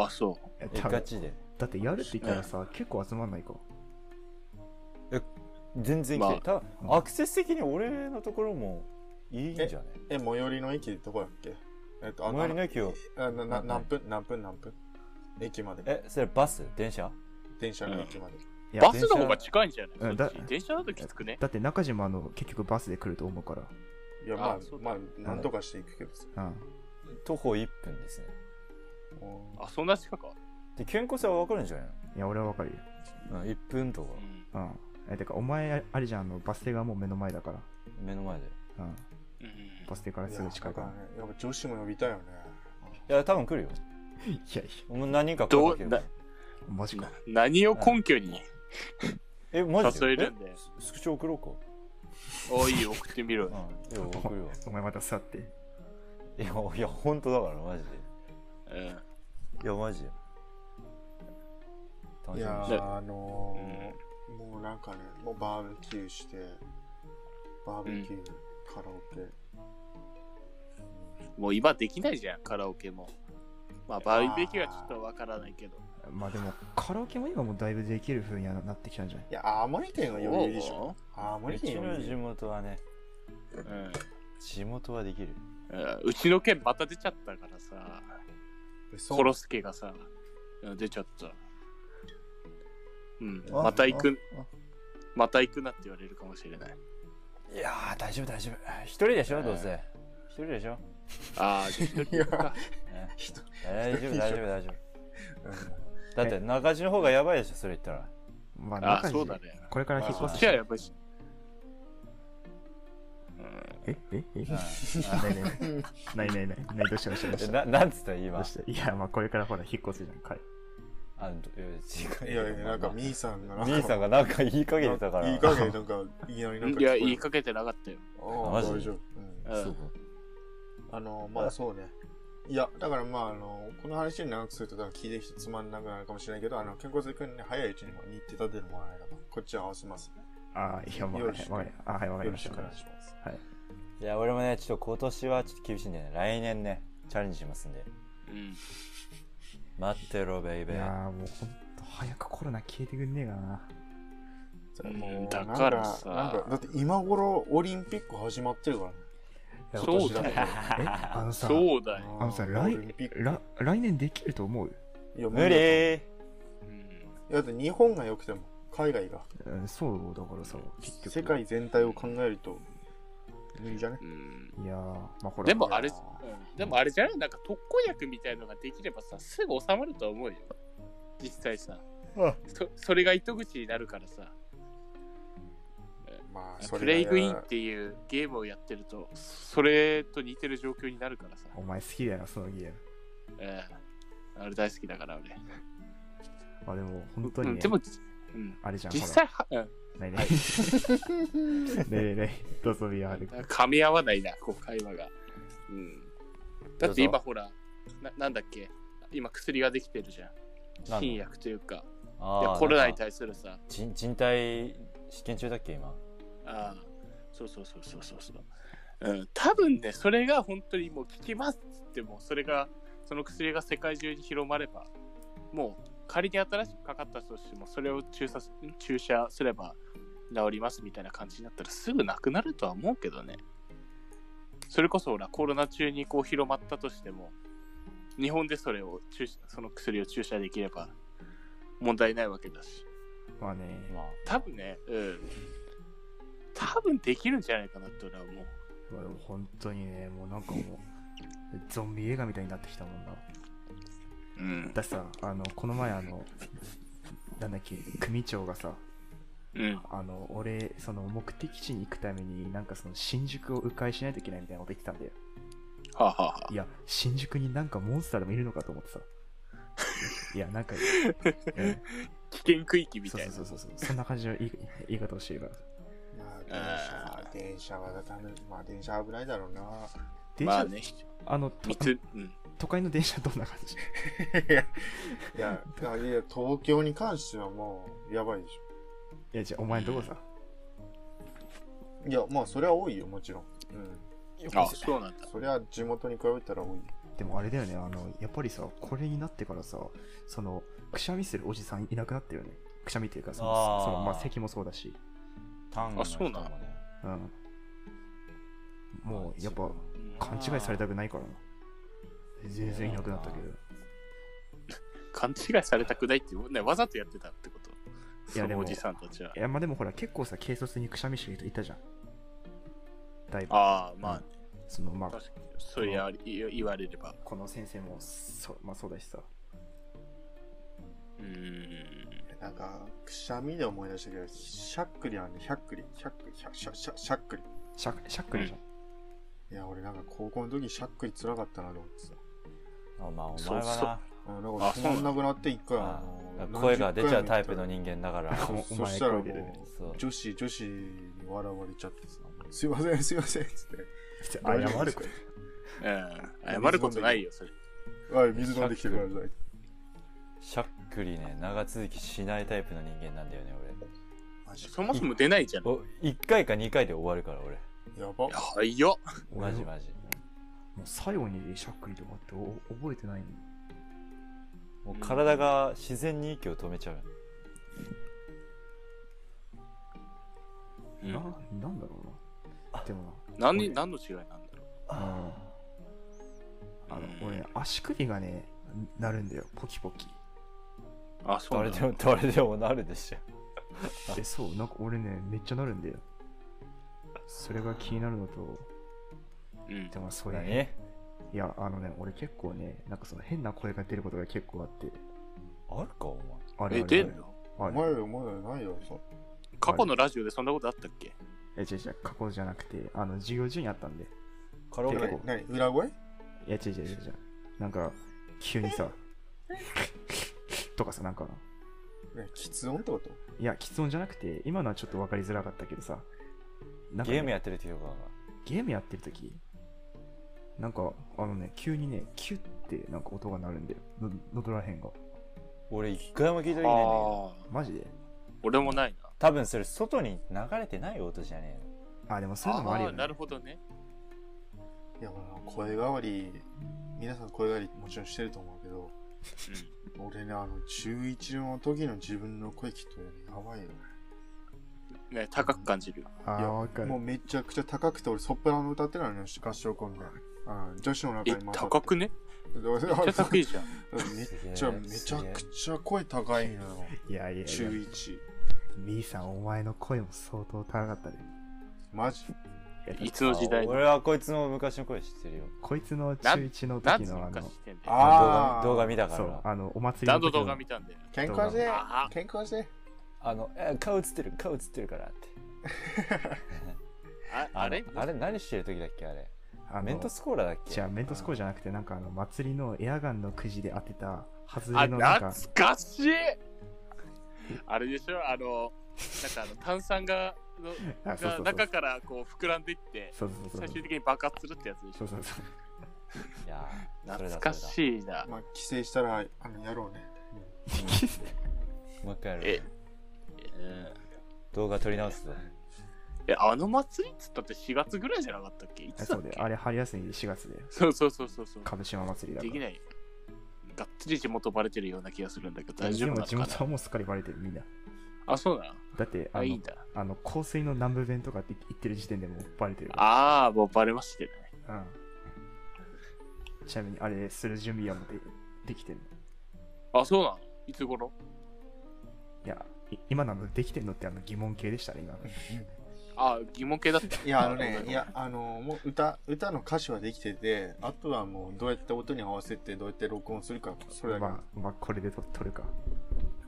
あそう
え
え
多
ガ
分
チで
だってやるって言ったらさ、結構集まんないか
全然来てた
うん
アクセス的に俺のところもいいんじゃない
え最寄りの駅どこだっけえっとあ
最寄りの駅を
あなな
はい
何分何分何分駅まで
えそれバス電車
電車の駅まで
いや
バスの方が近いんじゃな
う
い
ん
そ
だ
っち電車だときつくね
だって中島あの結局バスで来ると思うから
いやまあ
あそうだ
まあなんとかしていくけどさ
うん
徒歩1分ですね
うん
あそんな近か
で健康性は分かるんじゃない
いや俺はわかるよ
の、うん、1分とか
うん
うんえてかお前あれじゃんあのバス停がもう目の前だから
目の前で
うん
うん
バス停からすぐ近いから
いやだらねやっぱ女子も呼びたいよね
いや多分来るよ
いやいや
もう何人か声かけるから
ど
マジか
何を根拠に
えマジで
誘えるんで
えススクショ送ろう
おいいよ送ってみろ
かうんいや送る [laughs] わ
お前また去って
いやいや本当だからマジで
うん
いやマジで楽
い
しみ
や
にしてる
ーあのーもうなんかねもうバーベキューしてバーベキューカラオケ
もう今できないじゃんカラオケもまあバーベキューはちょっとわからないけど
まあでもカラオケも今もうだいぶできる風にはなってきたんじゃない
いや青森県は余裕でしょ青森
うち
県
の
余裕
地元はね
うん
地元はできる
うんうちの県また出ちゃったからさコロスケがさうん出ちゃったうんまた行くまた行くなって言われるかもしれない
いやー大丈夫大丈夫一人でしょどうせ一人でしょ
あ
[laughs]
あ一
い
人
や
か
ね
人
大丈
一人で
夫
しょ
大丈夫大丈夫だって中地の方がやばいでしょそれ言ったら
まあ
あ
中
あ
島
そうだね
これから引っ
こ
越
っ
す
ちはやっぱり
ええ
う
え
ん
あないないないないないないないどうしたどうしたどう
え
した
ななんつった今
どうしたいや、まあこれからほら、引っ越すじゃん、彼。
あど違う
いやいやなんか
まあまあ
みーさんがな
兄さんがなんか言いかけてたから。
いい加減なんかいきなりなん
うん
か
いや
聞こえる
言いかけてなかったよ
ああ
マ
大
ジ
丈夫、うん
うん
そう
あのまあそうねいや、だからまあ、あの、この話に長くすると、だから聞いてる人つまんなくなるかもしれないけど、あの、健康づくんね、早いうちに日程立ててもらえれば、こっちは合わせます。
ああ、いや、まあ、
よ
わ
ろ
か
し
り
く
ました。あはい、わか
よ
り
ろ
ま
し
し
くお
た。
願いします。
いや、俺もね、ちょっと今年はちょっと厳しいんでね、来年ね、チャレンジしますんで。
うん。
待ってろ、ベイ
い
ベ
や
ー。
ーもうほんと早くコロナ消えてくんねえかな。
それも
うんだから
なん
さ
なんかだって今頃オリンピック始まってるからね。
そうだ
今
よ
年だって [laughs]
え、あのさ、
そうだよ。
あ
あのさ、
オリン
来
ピック
ら来年できると思う
いや理だ
無
と思う
理
うん
いやだって日本が良くても海外が
うんそうだからさ、結局。
世界全体を考えると無理じゃね
うん
いやー、まあほら。
でもあれ、
いや
うんでもあれじゃないなんか特効薬みたいのができればさ、すぐ収まると思うよ。実際さ。そそれが糸口になるからさ。
まあ
プレイグイーン
が
っていうゲームをやってると、それと似てる状況になるからさ。
お前好きだよ、そのゲーム。
ええあれ大好きだから俺。
まあでも、本当に、ね
うん、でも、うん、
あれじゃん。
実際は、うん
ほら。ないね。 [laughs] ねえねえねえ、どうぞ、ビアール。
噛み合わないな、こう会話が。うん、だって今ほらな、なんだっけ、今薬ができてるじゃ
なん
ん。
だ
新薬というか、いや
ああ。
コロナに
なんか
対するさ、
人人体試験中だっけ、今。
ああそうそうそうそうそうそう。うん、多分ね、それが本当にもう効きますっつっても、それが、その薬が世界中に広まれば、もう仮に新しくかかった人としても、それを注射す注射すれば治りますみたいな感じになったら、すぐなくなるとは思うけどね。それこそほら、コロナ中にこう広まったとしても、日本でそれを注射、その薬を注射できれば問題ないわけだし。
まあね、
まあ。
多分ね、うん。多分できるんじゃないかなって俺は思う。
まあでも本当にね、もうなんかもう、ゾンビ映画みたいになってきたもんな。
うん。
だってさ、あの、この前あの、なんだっけ、組長がさ、
うん。
あの、俺、その目的地に行くために、なんかその新宿を迂回しないといけないみたいなこと言ってたんだよ。
はあ、はあはい
や、新宿になんかモンスターでもいるのかと思ってさ。いや、なん
[laughs]
か、え
あ、危険区域み
そう
たいな。
そうそうそう、そんな感じの言い言い方をしてるから。
まあ電車はダメまあ電車危ないだろうな [laughs]
電車、
まあね、
あのと
三つ、うん。
都会の電車どんな感じ [laughs]
いやいやいや東京に関してはもうやばいでし
いや、じゃあお前どこさ。
ょいやまあそれは多いよもちろんうん
あ、そうなんだ。
そりゃ地元に比べたら多い
でもあれだよね、あの、やっぱりさ、これになってからさ、その、くしゃみするおじさんいなくなったよね。くしゃみっていうか、そ
あ
の、
ー
そのまあ、咳もそうだし。
単語の人も
あそう
ね。
うん。もう、やっ
まあ、
ぱ勘違いされたくないからな。全然いなくなったけど。
勘違いされたくないって、ね、わざとやってたってこと。そ
で
の
も
おじさんたちは。
いや、まあでもほら、結構さ、軽率にくしゃみしてる人いたじゃん。だいぶ。
ああ、まあ、
その、まあ、
確かに。そう言われ言われれば。
この先生も、そう、まあそうだしさ。
うーん。
なんかくしゃみで思い出したけどしゃっくりあるねしゃっくりしゃっくりしゃしゃしゃしゃっくり
しゃしゃっくりじゃん。
いや俺なんか高校の時しゃっくりつらかったなと思ってさ
あまあ、お前
そうそう
は
うんなんか
あ
止まんなくなって一回
な
あ
あ
の
の、声が出ちゃうタイプの
何
人間だから。
[laughs]
十回も言った
お
そ
前
したらもう
声出るね
そう。
女子女子に笑われちゃってさすいませんすいませんっつって
じゃあ
大丈
謝
夫で
る
す
か
か
うん。謝ることないよ、それ。
はい水飲んできてください
しゃっくりね、長続きしないタイプの人間なんだよね、
マジ
そもそも出ないじゃん。
俺。お、1回か2回で終わるから、俺。
やば
はいよ。
マジ
俺も
マジ。
もう最後にしゃっくりとかってお覚えてないの
もう体が自然に息を止めちゃう。
うん
ななんだろうな。でも
何、何の違いなんだろう。
な、うん。あの、俺、足首がね、なるんだよ、ポキポキ。
あ、そうな
誰
ん
で
だ。
も、誰でもなるでしょ。
え、そう、なんか俺ね、めっちゃなるんだよ。それが気になるのと、
うん
で。もそれ、
何
いや、あのね、俺結構ね、なんかその変な声が出ることが結構あって、
あるか、お前。
あれあ
え、
れ
出んの
あ
お
れ
前らお前らないよそ
過去のラジオでそんなことあったっけ
え、違う違う、過去じゃなくて、あの、授業中にあったんで。
カラオケ
結
何
構
何裏声
いや、違う違う違う違う。なんか、急
[laughs]
にさ、とかさ、なんか、
ね喫音ってこと
いや、喫音じゃなくて、今のはちょっと分かりづらかったけどさ、なんかね
ゲームやってるっていうか、
ゲームやってる時なんか、あのね、急にね、キュッてなんか音が鳴るんだよ。の喉らへんが。
俺一回も聞いた時ないんだけど
ああ。
マジで
俺もないな。
多分それ外に流れてない音じゃね
あ、でもそういうのもあ
あ
るよ
あ、
ね。
なるほどね。
いや、あの声変わり、皆さん声変わりもちろんしてると思うけど、俺ね、あの、中1の時の自分の声聞くとねやばいよね。
うん。ね、高く感じる。
あ
い
ー、
や
わかる
もう。めちゃくちゃ高くて、俺ソプラノ歌ってないのよ、合唱コンで。うん、女子の
え
中に、
高くねめっちゃ高い
[laughs]
じゃん。
め
え
っ
よ
ちゃ、めちゃくちゃ声高いのよ。
いやいやい
中
や、
1。
ミーさん、お前の声も相当高かったね。
マジ
い
い
や
つの時代の
俺はこいつの昔の声知ってるよ
こいつの中1の
何
時
つ
のあ
昔
の
し、てんだよ。
あー
動画動画見たか
そう、
ら
あの、お祭りの
何
時
度
の
動画見たんだよ。
健康して
あ
健康して
あのえ顔映ってる顔映ってるからって
あ
あ
あ
れ
れ
あれ何してる時だっけあれ
あの
メントスコーラだっけ
じゃあ、メントスコーじゃなくて、なんかあの、祭りのエアガンのくじで当てた、外
あ、
れのなん
懐
か、
かしいあれでしょあの、なんかあの炭酸が、の
[laughs] あそうそうそう
が中からこう膨らんでいって、
そうそうそう
最終的に爆発するってやつでし
そ
ょ
うそうそう。
いやーそれだ
懐か
それ
しいな。
まあ、帰省したら、あの、やろうね。
だもう一回やる
え、え
動画撮り直すぞ
ーえあの祭りっつったって4月ぐらいじゃなかったっけい
あ
つだ
そ
っ
うだ
け
よ。あれ、春休みで4月で、
そうそうそうそうそう。
鹿児島祭りだか
で
ら。
きない。がっつり地元バレてるような気がするんだけど、大丈夫
で
な
も
の
地
かな
元はもうすっかりバレてる、みんな。
あ、そうなの
だって、あ
あ、いい
の
ん、だ。
あの香水の南部弁とかって言ってる時点でもうバレてるから。
ああ、もうバレましたね。
うん、ちなみに、あれ、する準備はもうでできてる。
あ、そうなのいつ頃
いや、い今なのできてんのってあの疑問系でしたね、今の。
あ、疑問系
[laughs]
だった。
いや、あのね、いや、あの、もう歌、歌の歌詞はできてて、あとはもう、どうやって音に合わせて、どうやって録音するか、それだけ。
まあ、まあ、これでと取るか。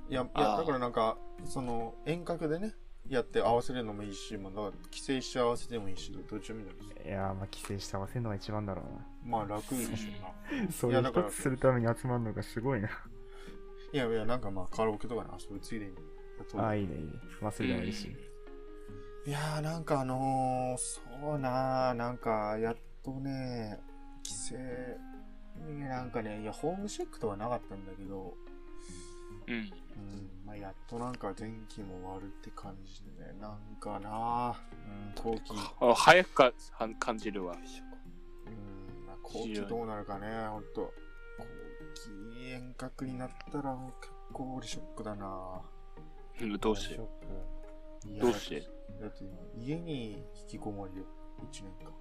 いや、い
あ
や、
ー
だからなんか、その、遠隔でね、やって合わせるのもいいし、まあ、だから、帰省して合わせてもいいし、どっちでもいいんだけど、
いやー、まあ、帰省して合わせるのが一番だろ
まあ、楽でしょうな。
うな。そう
い
いう
やだか
一
ら
つするために集まるのがすごいな。
いやいや、なんかまあ、カラオケとかに遊ぶついでに。
ああ、いいね、いいね。まあ、それでもいいし。
いやー、なんかあのー、そうなー、なんか、やっとね、帰省、ねなんかね、いや、ホームシックとはなかったんだけど、
うん。
うん、まあ、やっとなんか天気も悪って感じでね、なんかなー、うん、後期、
あ早くかは感じるわ。
うん、まあ、後期どうなるかね、ほんと。後期遠隔になったら、結構俺ショックだな
うんどうして
ショック
ー。いや
どうして
だって今、家に引きこもりよ、1年間。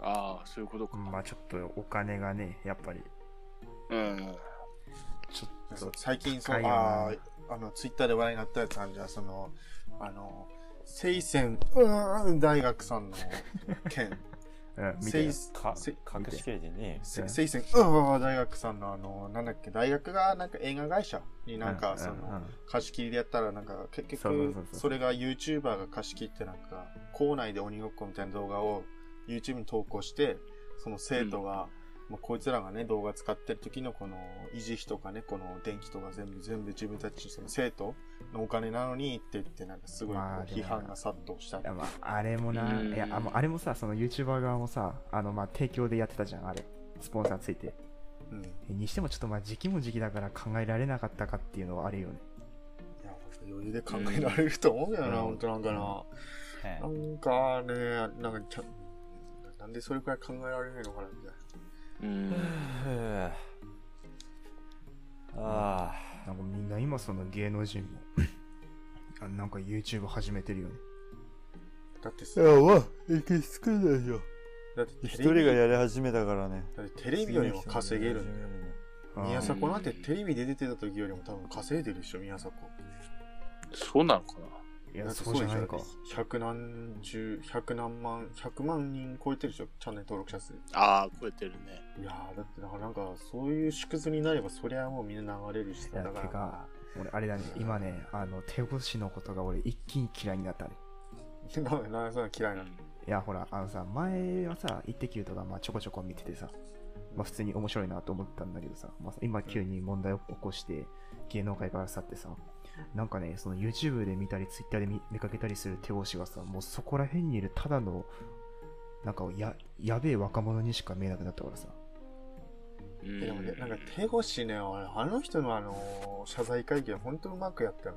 ああ、そういうことか。
まあ、ちょっとお金がね、やっぱり、
うん。
ちょっ
そう
と、
最近そう
高いよな
あーあのツイッターで話題になったやつあるじゃんそのあの清泉うーん大学さんの件
うん、見て
清
よ。
か
泉
隠しきれてね
せ清泉うーん大学さんのあのなんだっけ大学がなんか映画会社になんかその、
うんうん
貸し切りでやったらなんか結結
そうそう
局
そうそう
それが YouTuber が貸し切ってなんか校内で鬼ごっこみたいな動画を YouTube に投稿してその生徒が、まあ、こいつらがね動画使ってる時のこの維持費とかねこの電気とか全部全部自分たちその生徒のお金なのにって言ってなんかすごいこ
まあ
う
でも
批判が殺到した
いやまあ、あれもな、
うん
いやあもうあれもさ、その YouTuber 側もさ、あのまあ提供でやってたじゃん、あれ、スポンサーついて。
うんいや
えにしてもちょっとまあ時期も時期だから考えられなかったかっていうのはあるよね。
余裕で考えられると思うよな、
うん
本当なんかな、
ええ
なんかねなんかちゃなんでそれくらい考えられないのかなみたいな
うん。
ああ
なんかみんな今その芸能人もあ、なんか YouTube 始めてるよね。
だって
い
さ
やまあ息つかないよ
だって
一
テレ
人
ビ
がやり始めたからね
だってテレビよりも稼げるんだよ。
あー
宮迫なんてテレビで出てた時よりも多分稼いでるでしょ、宮迫。
そうなのか
いや、
だって
そうじゃない
で
か。
しょ百何十、百何万、百万人超えてるでしょ、チャンネル登録者数。い
なああ、超えてるね。
やー、だってなんか、そういう縮図になれば、そりゃもうみんな流れるし
い
さ、
や、
だ
て
から。
か、俺あれだね、今ね、あの手越しのことが俺一気に嫌いになったね。
なんで、 [laughs] なんでそんな嫌いなの
いや、ほら、あのさ、前はさ、イッテ Q とかまあちょこちょこ見ててさ、まあ普通に面白いなと思ったんだけどさ、まあ、今急に問題を起こして、芸能界から去ってさ、なんかね、その YouTube で見たり、Twitter で見見かけたりする手押しがさ、もうそこら辺にいるただのなんかややべえ若者にしか見えなくなったからさ
うん
でもね、なんか手越ね、俺あの人のあの、謝罪会見、ほんとうまくやったよ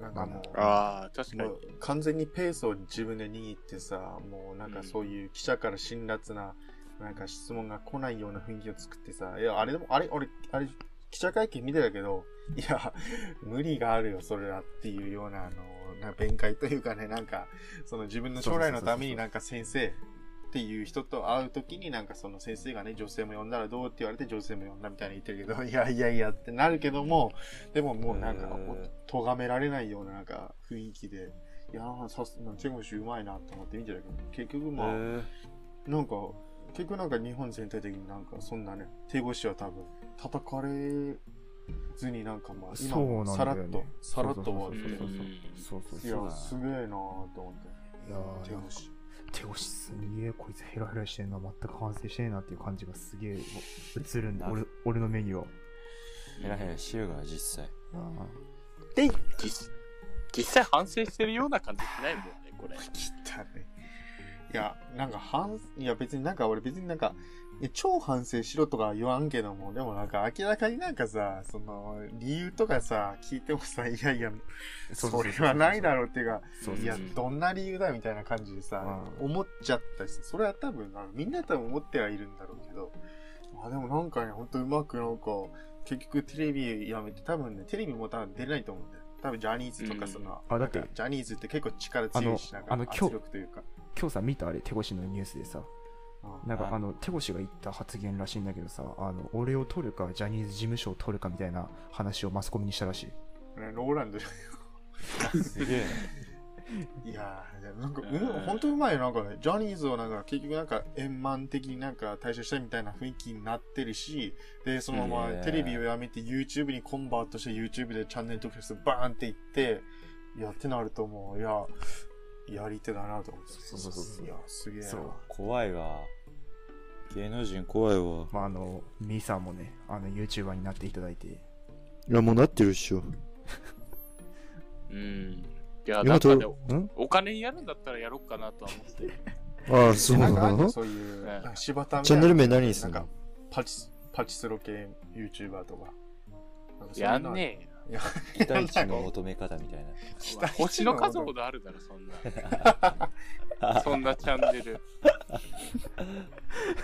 な。なんかもう、
ああ、確
も
かに。
う完全にペースを自分で握ってさ、もうなんかそういう記者から辛辣な、なんか質問が来ないような雰囲気を作ってさ、いや、あれでも、あれ、俺、あれ、記者会見見てたけど、いや、無理があるよ、それはっていうような、あの、なんか弁解というかね、なんか、その自分の将来のためになんか先生っていう人と会うときになんかその先生がね、女性も呼んだらどうって言われて女性も呼んだみたいに言ってるけど、いやいやいやってなるけども、でももうなんか
う、ん
とがめられないようななんか雰囲気で、いやー、さすがチェコ氏うまいなと思って見てたけど、結局
う
まあ、
ー
なんか、結局なんか日本全体的になんかそんなね、手越しは多分、叩かれずになんかまあ、今
そうなん
さ
だよね
らっと、さらっと終わ
そう
っ
そう
て
そうそうそうそう
い
そう
や、すげえなーと思っ
いや
て、
ー
手
なんか
越し。
手押しすんげえこいつヘラヘラしてんな全く反省してねえなっていう感じがすげえ映るんだ
な
俺俺の目には
ヘラヘラしようが実際
ああ
で、実実際反省してるような感じしないもんね、これ。
切ったね。いや、なんか反、いや別になんか俺別になんか、いや超反省しろとかは言わんけども、でもなんか明らかになんかさ、その、理由とかさ、聞いてもさ、いやいや、
そう
そ
そうそうそ
れ
う
はないだろうっていうか、
そうそう
いや、どんな理由だみたいな感じでさ、
う
思っちゃったし、それは多分な、みんな多分思ってはいるんだろうけど、まあでもなんかね、ほんとうまくなんか、結局テレビやめて、多分ね、テレビも多分出れないと思うんだよ。多分ジャニーズとかその、
うんあだって
なんかジャニーズって結構力強いし、
あ
な
の
んか
あの
圧力というか。
今日さ見たあれ手越のニュースでさ
うん
なんか
はい
あの手越が言った発言らしいんだけどさあの俺を取るかジャニーズ事務所を取るかみたいな話をマスコミにしたらしい
ねローランドじゃ
すげえ
いやー、で [laughs] もなんか、
え
う
ー
ん、本当うまいよ、なんかね、ジャニーズをなんか、結局なんか、円満的になんか、退社したいみたいな雰囲気になってるし、で、そのま
いい
ま
ね
テレビをやめて YouTube にコンバートして YouTube でチャンネル登録してバーンっていって、いやってなるともう、いや、やり手だなと思って。
そうそうそうそう
いや、すげえな。
そう
怖いわ芸能人怖いわ
まああのミサもねあの YouTuber になっていただいて
いや、もうなってるっしょ。
うん。いや、な
今
んか
と、
ね、
ん
お金にやるんだったらやろっかなとは思ってる。
ああ、そう
な
なん
かあん
の
のそういう、
ええ
なんか柴田み
チ
た
ャ
い
ン
な
ネル名何にす
なんんか
の、
パチス、パチスロ系 YouTuber とか。なんかそういうの
やんねえよ。
期待値の求め方みたいな
期
まあ
待
星の数ほどあるだろ、そんな。そんなチャンネル。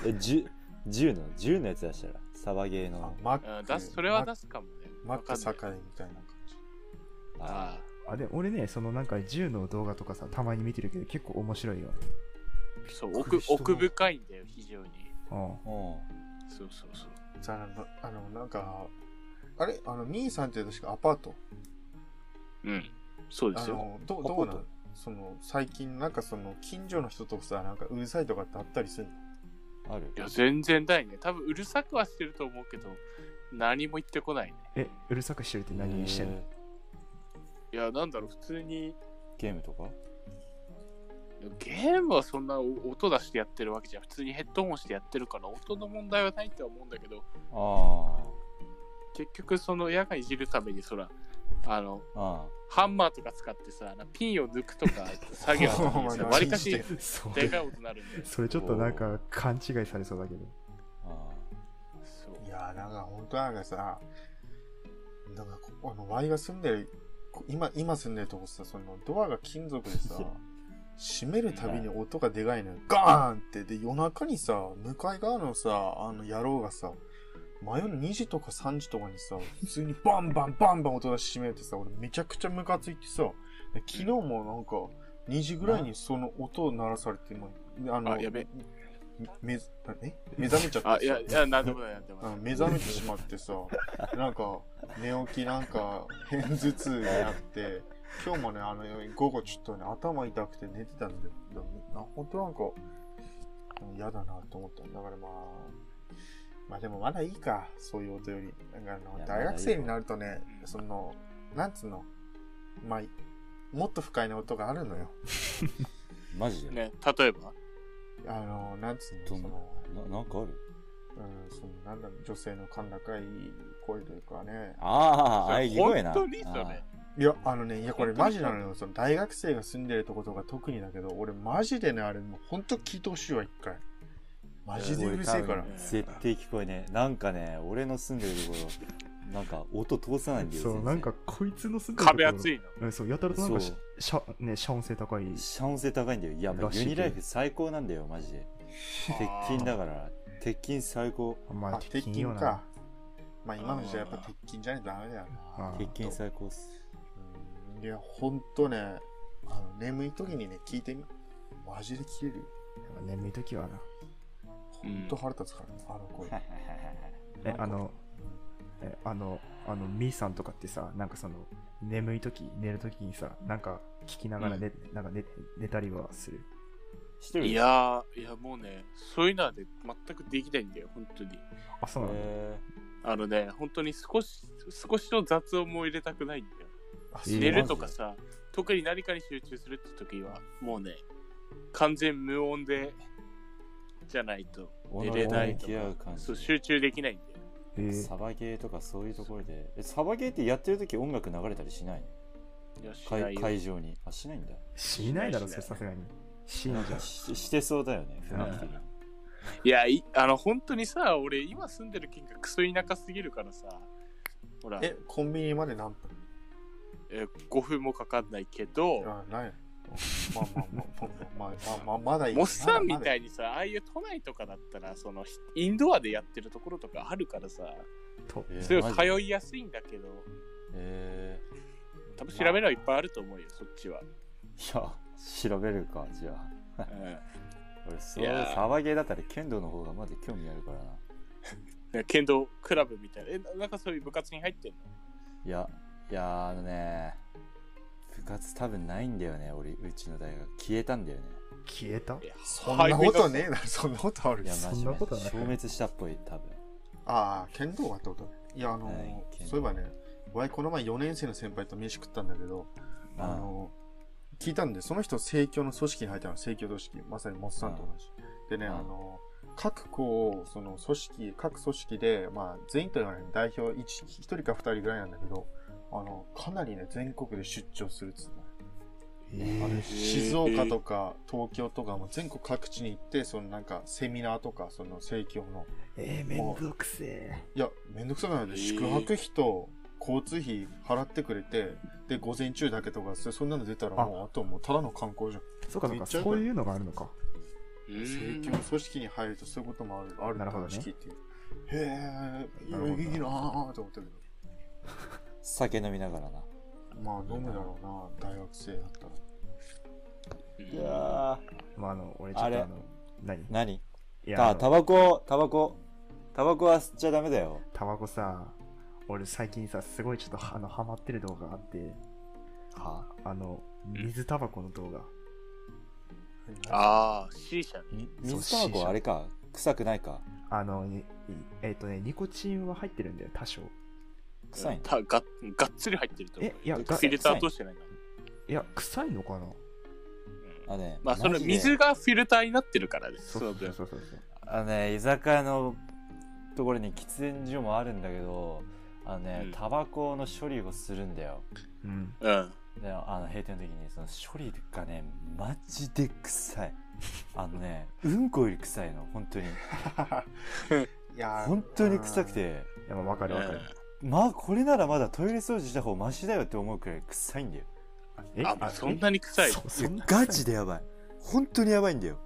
え 10, 10の10のやつ出したらサバゲー
あ
の
マッ
うん、
ク
出す、それ
マ
は
ッ
出
ク
すかもね。
マック
わかんない
栄みたいな感じ。
あ
あ
あで俺ねそのなんか銃の動画とかさたまに見てるけど結構面白いよ、
あ、そう、奥、奥深いんだよ、非常に。
う
あ
ん、
も
そうそうそう。
じゃあな、あの、なんか、あれあの、兄さんって確かアパート。
うん。そうで
あ
すよ。
の、どう、
アパー
ど
ト
うなのその、最近、なんかその、近所の人とさ、なんかうるさいとかってあったりするの
うある
いや、全然ないね。多分うるさくはしてると思うけど、何も言ってこないね。
えうるさくしてるって何してんの
え
いや、なんだろう、普通
ー
に、
ゲームとか
ゲームはそんなお音出してやってるわけじゃん。普通にヘッドホンしてやってるから、音の問題はないとは思うんだけど、
あ
結局、その矢がいじるために、そら、あの、
あああ
ハンマーとか使ってさ、なんかピンを抜くとか、作業の時 [laughs] に
お
さ、
前
わりかし
信じ
そ
で
れ
かい音なるんだよ。
それちょっとなんか勘違いされそうだけど
あ
そう。
いやー、なんか本当なんかさ、なんかこ、あの、ワイが住んでる、こ今、今住んでるとこさ、その、ドアが金属でさ
[laughs]
いや、
閉めるたびに音がでかいのよ。ガーンって。で、夜中にさ、向かい側のさ、あの野郎がさ、真夜の2時とか3時とかにさ、普通にバンバンバンバン音出して閉めるってさ、俺めちゃくちゃムカついてさ、で昨日もなんか、2時ぐらいにその音を鳴らされて、もうあの、
あやべ
め、め、え目覚めちゃった
あ、いや、いや、なんでもない、なんでも
あ
な
の
い。
目覚めてしまって
[laughs]
さ、なんか、寝起きなんか、偏頭痛になって、今日もね、あの、午後ちょっとね、頭痛くて寝てたんだけど、な本当なんか、うん嫌だなと思った。だからまあ、まあでもまだいいか、そういう音より。なんかあ
い
の、
や
大学生になるとね
いい、よ
その、なんつうの、まあ、もっと不快な音があるのよ。
あマジで、
ね、例えば、
あの、なんつう
ど
の、
ん
その、
ななんかある
うん、その、なんだろう、女性の甲高い声というかね、
ああ、あいぎ声な。
本当にそれ
ああ。
いや、あのね、いや、これマジなのよ。その大学生が住んでるとことか特にだけど、俺マジでね、あれ、もうほんと聞いてほしいわ、一回。マジでうるせえから。
設定聞こえねえなんかね俺の住んでるところなんか音通さないんだよ
そう、
全然
なんかこいつのすぐ
壁厚 [laughs] いの。
うんそう、やたらとなんか
そ
し
う
しゃ、ね、遮音性高い。
遮音性高いんだよいや
らしい
ユニライフ最高なんだよマジで鉄筋だから鉄筋最高
ま
あ、
あ、
鉄筋
鉄筋
か
よな。。
まあ今の時代やっぱ鉄筋じゃないとダメだよな。
あ
鉄筋最高っす
うんいや、ほんとね、あの眠い時にね、聞いてみ。マジで切れるよ。
やっぱ眠い時はな。
ほんと腹立つからね、あの声。
え、あの、え、あの、あの、みーさんとかってさ、なんかその、眠い時、寝る時にさ、なんか聞きながら寝、なんか寝寝たりはする。
してる
いやー、いやもうね、そういうのはね、全くできないんだよ、本当に。
あ、そうなんだ。
あのね、本当に少し、少しの雑音も入れたくないんだよ。
あ
えー
寝るとかさ、特に何かに集中するって時は、もうね、完全無音で、じゃないと、寝れないと
お腹が向き合う
か
感、じ
そう、集中できないんだよ。
えー
サバゲーとかそういうところでえサバゲーってやってる時音楽流れたりしないの
いや、しな
会
いよ
会場にあしないんだ
しないだろ、
し
そ
ない
れ
し
さ
ない
すがに。しんじ
[laughs]
ゃん。
ししてそうだよね
うん
雰囲気的に
いや、いあの、本当にさ、俺、今住んでる県がクソ田舎すぎるからさ、ほら、
え、コンビニまで何分
え5分もかかんないけど、
あ、ない。まあまあまあまあまあまあまあ、まだいい。
モッサンみた
い。
いにさ、ああいう都内とかだったら、そのひインドアでやってるところとかあるからさ、
と。
えー
すご
マ
い
ジ
通いやすいんだけど、
え
多分調べればいっぱいあると思うよ、そっちは。
ーいや調べるかじゃあ
うん
俺そう
いやー
サバゲーだったら剣道の方がまだ興味あるからな
なんか剣道クラブみたいな。え、ななんかそういう部活に入ってんの
いやいやーあのね部活多分ないんだよね俺うちの大学消えたんだよね
消えた
いや
そんなことねえだろ、そんなことある
いやマジで
そんなことない
消滅したっぽい多分
ああ、剣道がってことね。いや、あの、
はい剣道
そういえばね、わいこの前4年生の先輩と飯食ったんだけど、あの、聞いたんで、その人、政教の組織に入ったの、政教組織。まさにモッサンと同じ。でね、
うん
あの、各校を、その組織、各組織で、まあ、全員というのは、ね、代表 1, 人か2人ぐらいなんだけど、あの、かなりね、全国で出張するっつってた
え
あ
ー
の静岡とか東京とかも全国各地に行って、そのなんかセミナーとか、その政教の。
えー、めんどくせえ。
いや、めんどくさくないの
へ
で、
ー
宿泊費と交通費払ってくれて、で、午前中だけとか、そそんなの出たらもう、あともうただの観光じゃん。
そうかそう
め
か、
っちゃ
そういうのがあるのか。
う
政教
ーん
の組織に入るとそういうこともある、ある
なるほどね
って話聞いて。へ
なるほど
え、いいなぁと思ったけど。
酒飲みながらな
まあ、飲むだろうな大学生だったら。
いや
まあ、あの、俺ちょっ
あれ
とあの、何
ー
い
何
や、あ
あ
の
タバコタバコタバコは吸っちゃダメだよ
タバコさ、俺最近さ、すごいちょっとあのハマってる動画があって、
は
あの、水タバコの動画。
ああ、C 社ね。
そう
水タバコはあれか臭くないか
あの、にえっ、とね、ニコチンは入ってるんだよ、多少。
臭いの
たががっつり入ってると思う。
えいや
フ
が
ィルター通してないな。
いや、臭いのかな
うん
あのね
まあ、その
マジで
水がフィルターになってるからね。
そうそう
分
そうそう。
あのね居酒屋のところに喫煙所もあるんだけどあのね、
うん
タバコの処理をするんだよ
うん。
うん。
であの閉店の時にその処理がねマジで臭いあのねうんこより臭いの本当に
[laughs] いやー
本当に臭く。て
いや、まあわかるわかる。
まあこれならまだトイレ掃除した方マシだよって思うくらい臭いんだよ
え
あ、そんなに臭い。
そそんな臭
ガ
い
チでやばい本当にやばいんだよ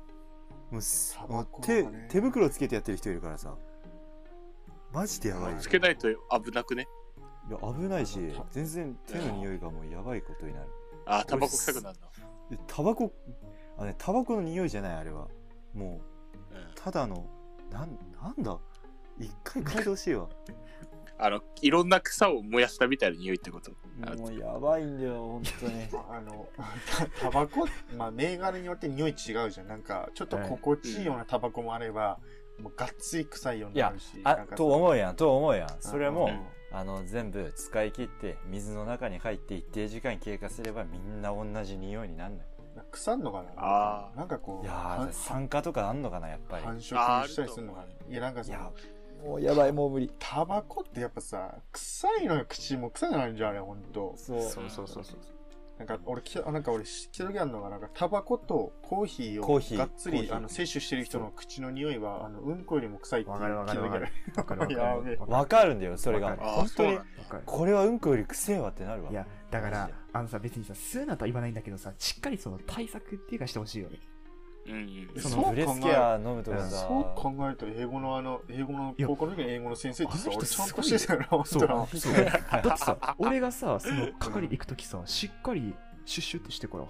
もうす
タ
も
バ
う
コはね
手手袋つけてやってる人いるからさマジでやばいよ
つけないと危なくね。
いや危ないし全然手の匂いがもうやばいことになる
あー、タバコ臭くなるの。
えタバコあねタバコの匂いじゃないあれはもう
うん
ただのなんなんだ一回嗅いでほしいわ
あの、いろんな草を燃やしたみたいな匂いってこと。あ
もうやばいんだよ本当
[laughs]
に
あの、タバコ、まあ、銘柄によって匂い違うじゃん。なんか、ちょっと心地いいようなタバコもあれば、もうがっつり臭いようになるし。
あ
なんか
と思うやんと思うやんそれはもう、
ん
あの全部使い切って水の中に入って一定時間経過すればみんな同じ匂いになるのよ
腐んのかな
あー
なんかこう、
いや
は
ー
ん
酸化とかあんのかなやっぱり
繁殖
あー
したりするのか
あると
ないや、なんか
い
そ
や
の、
もうやばい、もう無理。
タバコってやっぱさ、臭いのよ、口も臭くなるんじゃん、あれ、ほんと。
そう。
そうそうそうそう。
なんか俺、きなんか俺、知ってる時あるのが、なんかタバコとコーヒー
コー
を
ヒー
がっつ
コー
り
ヒー
あの摂取してる人の口の匂いは、あのうんこよりも臭いっていう
わかるわかるわかる。わかるわかる
やべえ
わか
わかるんだよ、それ
わ
が
か。る
ああ、
本
そ
当
う
に
なんだ。
るわかる。
これはうんこよりくせえわってなるわ。
いや、だか
マ
ら
ジで、
あのさ、別にさ、吸うなとは言わないんだけどさ、しっかりその対策っていうかしてほしいよね。
うんうん。
そ
[laughs]
その
う
ブレ
考
スケ
え
ア飲むとかさ。
そう考えると英語のあの英語の
いや
高校の時の英語の先生ってさ
あの人
俺ちゃんと
す
し
ごい
てたよな本
そう。
当
だ
な
っ
そうねはい
てさ、俺がさ、その係行くときさ、しっかりシュッシュってしてから、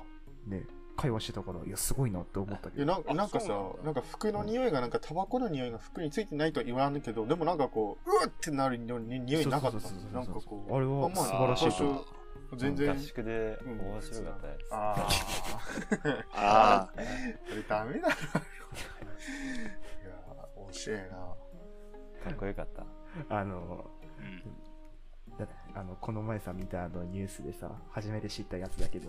ね、会話してたから、いや、すごいなって思った
い
け
や
ど。
なんかなんかさ
あそうなんだ
なんか服の匂いがなんかタバコの匂いが服についてないとは言わんけどでもなんかこううわってなるにに匂いなかった
そうそうそうそう
なんかこう
あれは
まあ
素晴らしいと思う
私全然
合宿で
うん
面白かったやつ。
あ
あ
あ
あ、
これダメだないや面白いな
かっこよかった。
あの、
うん
だあのこの前さ見たあのニュースでさ初めて知ったやつだけど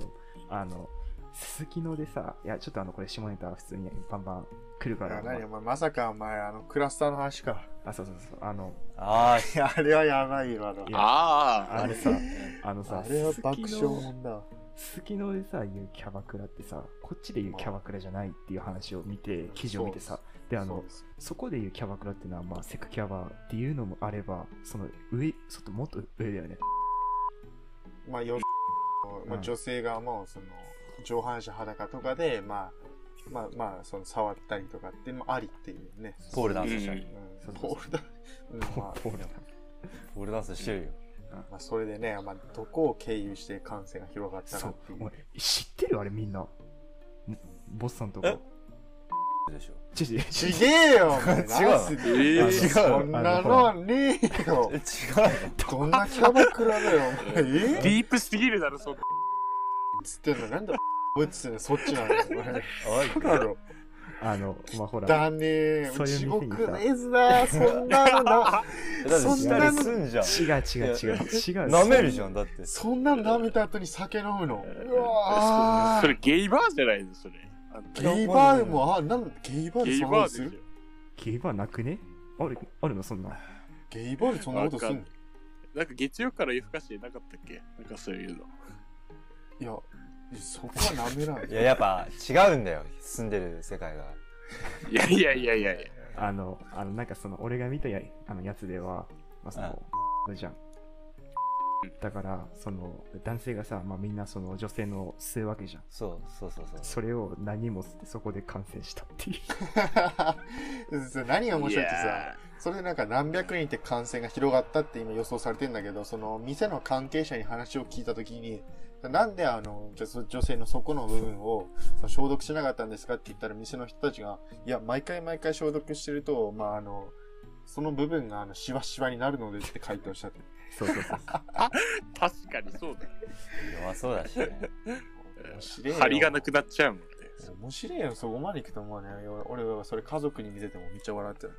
あのすすきのでさいやちょっとあのこれ下ネタは普通にバンバン来るか
い
ら
や
まあ
何お前まさかお前あのクラスターの話か
あそうそうそうあの
あ
いやあれはやばいわな
や
あ
あのさあの
[laughs]
さ
あれは
すすきの
爆笑もんだ
すすきのでさ言うキャバクラってさこっちで言うキャバクラじゃないっていう話を見て記事を見てさであ
そう
の
です
そこで言うキャバクラっていうのは、まあ、セクキャバっていうのもあればその上ちょっともっと上だよね
まあ、よ、まあ、
うん
女性がもうその上半身裸とかで、まあ、まあまあその触ったりとかっていうのもありっていうね。
あ、ポールダンスした
う
り
ん。
う
そ
ん
うそうそう
ポールだ。うんまあ
ポールだ
ポールダンスしてるよ。
まあそれでね、まあどこを経由して感染が広がった
そ
かっ
う
てい
お
う
前。知ってるあれみんなボスさんとか
でしょ。
ちち
ちげえよお前
違う
ナスで
えー
あの
違う
そんなのはねえよ
え、違う
どんなキャバクラだよお前え
あ、ディープすぎるだろ、そこ。
つってんのなんだ覚えてたのそっちなのお前
のおい
そうだろ
あの、まあ、ほら、
だねえ
そういう
地
店にさ
獄の絵図だそんなのな
えだってしたり
そんなの
すんじゃん。
違う違う違う違う。
舐めるじゃん、だって。
そんなの舐めた後に酒飲むの。う
そ
わ
それゲイバーじゃないの、それ。あんた
ーゲイバーでも、あ、なんゲイバー
ゲ
で
イ
そんなこ
バ
と
ー
す
でし
る
競馬なくねあるあるのそんな。
ゲイバーでそんなことする
わかょ。なんか月曜から夜更かしなかったっけなんかそういうの。
いや、そこは舐めない。 [laughs]
いや、やっぱ違うんだよ、住んでる世界が。
いやいやいやいやいや。
あの、あのなんかその、俺が見たやあのやつでは、まあ、その、じゃん。だから、その、男性がさ、まあ、みんなその女性の吸うわけじゃん。
そうそうそうそう。
それを何も吸ってそこで感染したっていう。 [laughs]
何が面白いって
い
さ
や、
それでなんか何百人って感染が広がったって今予想されてんだけど、その店の関係者に話を聞いたときに、なんであの、じゃそ女性の底の部分をその消毒しなかったんですかって言ったら店の人たちが、いや、毎回毎回消毒してると、まああの、その部分があの、シワシワになるのでって回答したって。
そうそうそうそう。
確かにそうだよ。
弱そうだしね。
面白いよ
張りがなくなっちゃうもんね。
面白いよ、そこまで行くと思うね。俺はそれ家族に見せてもめっちゃ笑ってた。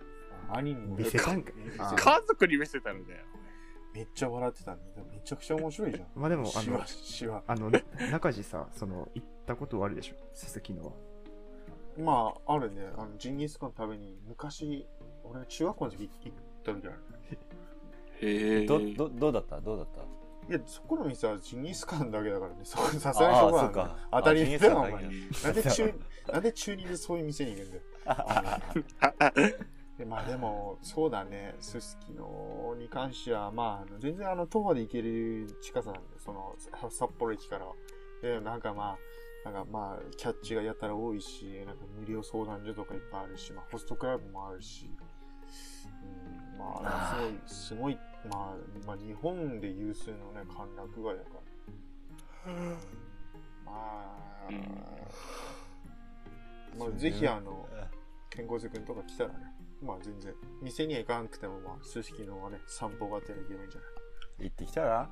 兄にも
見せたんか
あ
家族に見せたのだよ。
めっちゃ笑ってたね。でもめちゃくちゃ面白いじゃん。
まあでも、あ
シ
の
ワ、シワ。
あの、中地さ、その、行ったことはあるでしょ鈴木のは。
まあ、あるね。あの、ジンギスカン食べに、昔、俺、中学校の時行った時ある。
へえ。
ど、ど、どうだったどうだった
いや、そこの店はジンギスカンだけだからね。そこ、さすがに
あ
そ
あ、
こ
そ
は
うか。
当たり前だよ、お
あ
前。
ジンギスカ
な
ン
んで
だけ
中、なんで中二でそういう店に行くんだよ。あのでまあでも、そうだね、すすきのに関しては、まああの、全然あの、徒歩で行ける近さなんで、その、さ札幌駅からは。で、なんかまあ、なんかまあ、キャッチがやたら多いし、なんか無料相談所とかいっぱいあるし、まあ、ホストクラブもあるし、うん、まあ、すごい、すごい、まあ、まあ、日本で有数のね、歓楽街だから。まあ、
うん
まあ、ぜひあの、健康くんとか来たらね、まあ全然、店には行かなくても、まあ、すすきのはね、散歩がてら行けばいいんじゃない
行ってきたら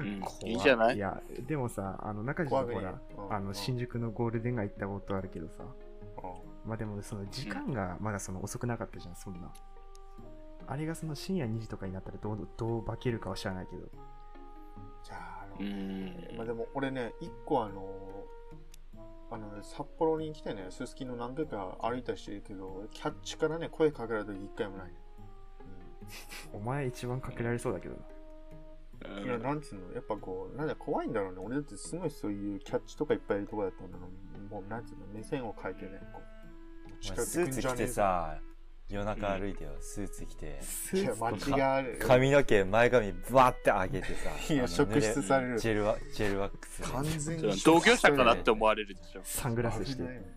うん
怖い
いいじゃない
い
い
や、でもさ、あの、中地
怖
さん
く
ほ
ねえ
ら、
うん
あの、新宿のゴールデン街行ったことあるけどさ、
う
まあでもその時間がまだその遅くなかったじゃん、そんな。あれがその深夜2時とかになったらどうどう化けるかは知らないけど。
んじゃあ、あ
う
の、
ん。
まあでも俺ね、一個あの、あのね、札幌に来てね、すすきの何回か歩いたりしてるけど、キャッチからね、声かけられた時一回もないね。うん
お前一番かけられそうだけどな。
うん
いや、なんつうの、やっぱこう、なんだ、怖いんだろうね。俺だってすごいそういうキャッチとかいっぱいいるとこだったんだろうもう、なんつうの、目線を変えてね、こう、
お前ス
近寄っ
ー
てく
ツ
んじゃねえ
着て
ぞ。
さ、夜中歩いてよ、スーツ着て。
ス
い
ー
や、
ツと
間違
か
える。
髪の毛、前髪、バーって上げてさ。
いや
あの
職質される
ジェルワジェルワックスで。
完全
そ
に
う同業者かなって思われるでしょ。
サングラスし
危
て
な。いね